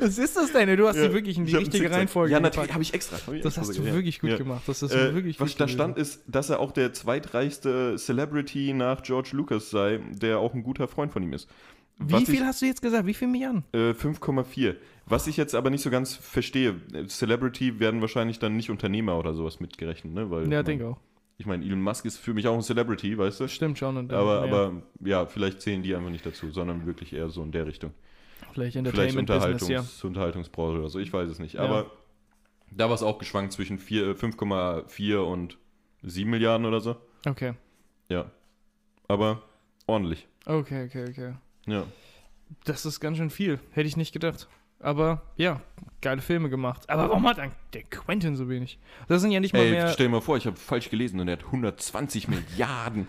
A: Was ist das denn? Du hast
B: Ja.
A: die wirklich in
B: Ich
A: die
B: hab einen
A: richtige
B: Zickzack.
A: Reihenfolge
B: Ja, natürlich.
A: gepackt.
B: Habe ich extra. hab ich
A: Das
B: extra
A: hast du
B: gesagt, ja.
A: wirklich gut
B: Ja.
A: gemacht. Das ist
B: Äh,
A: wirklich
B: was
A: gut
B: da
A: gewesen.
B: stand, ist, dass er auch der zweitreichste Celebrity nach George Lucas sei, der auch ein guter Freund von ihm ist.
A: Wie
B: was
A: viel hast du jetzt gesagt? Wie viel Milliarden?
B: Ich, äh, 5,4. Was ich jetzt aber nicht so ganz verstehe, äh, Celebrity werden wahrscheinlich dann nicht Unternehmer oder sowas mitgerechnet, ne? Weil,
A: Ja,
B: ich
A: denke auch.
B: Ich meine, Elon Musk ist für mich auch ein Celebrity, weißt du?
A: Stimmt schon. Und äh,
B: Aber,
A: ja,
B: aber ja, vielleicht zählen die einfach nicht dazu, sondern wirklich eher so in der Richtung.
A: vielleicht
B: Vielleicht
A: Entertainment
B: Unterhaltungs
A: Business, ja.
B: Unterhaltungsbranche oder so, ich weiß es nicht.
A: Ja.
B: Aber da war es auch geschwankt zwischen vier- äh, 5,4 und 7 Milliarden oder so.
A: Okay.
B: Ja. Aber ordentlich.
A: Okay, okay, okay.
B: Ja.
A: Das ist ganz schön viel. Hätte ich nicht gedacht. Aber ja, geile Filme gemacht. Aber warum hat dann der Quentin so wenig? Das sind ja nicht mal
B: Ey,
A: mehr.
B: stell dir mal vor, ich habe falsch gelesen und er hat 120 Milliarden.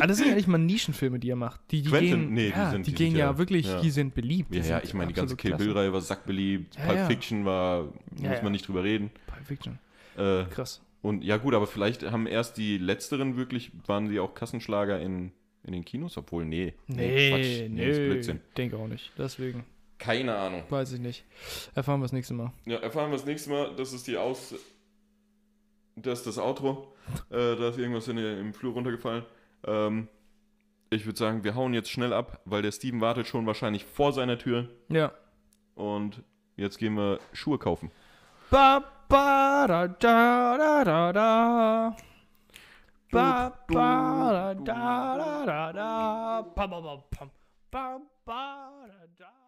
A: Ah, *laughs* das sind ja nicht mal Nischenfilme, die er macht. Die, die
B: Quentin,
A: gehen,
B: nee, die
A: ja,
B: sind-
A: die
B: die
A: gehen
B: sind
A: ja,
B: ja-
A: wirklich,
B: ja.
A: die sind beliebt.
B: Ja,
A: Die
B: ja,
A: sind
B: ich meine, die ganze
A: absolut
B: Kill
A: klasse.
B: Bill-Reihe war sackbeliebt,
A: Ja,
B: Pulp
A: ja.
B: Fiction war,
A: Ja,
B: muss
A: ja.
B: man nicht drüber reden.
A: Pulp Fiction.
B: Äh,
A: Krass.
B: Und ja gut, aber vielleicht haben erst die letzteren wirklich, waren die auch Kassenschlager in, in den Kinos? Obwohl, nee.
A: Nee, nee,
B: ist Blödsinn.
A: denke auch nicht. Deswegen
B: Keine Ahnung.
A: weiß ich nicht. Erfahren wir das nächste Mal.
B: Ja, erfahren wir das nächste Mal. Das ist die Aus... Das ist das Outro. Äh, da ist irgendwas in, den- im Flur runtergefallen. Ähm, ich würde sagen, wir hauen jetzt schnell ab, weil der Steven wartet schon wahrscheinlich vor seiner Tür.
A: Ja.
B: Und jetzt gehen wir Schuhe kaufen.
A: Ba, ba, da, da, da, da, da. Ba, ba, da, da, da, da, da. Ba, ba, ba, pam. Ba, ba, da, da.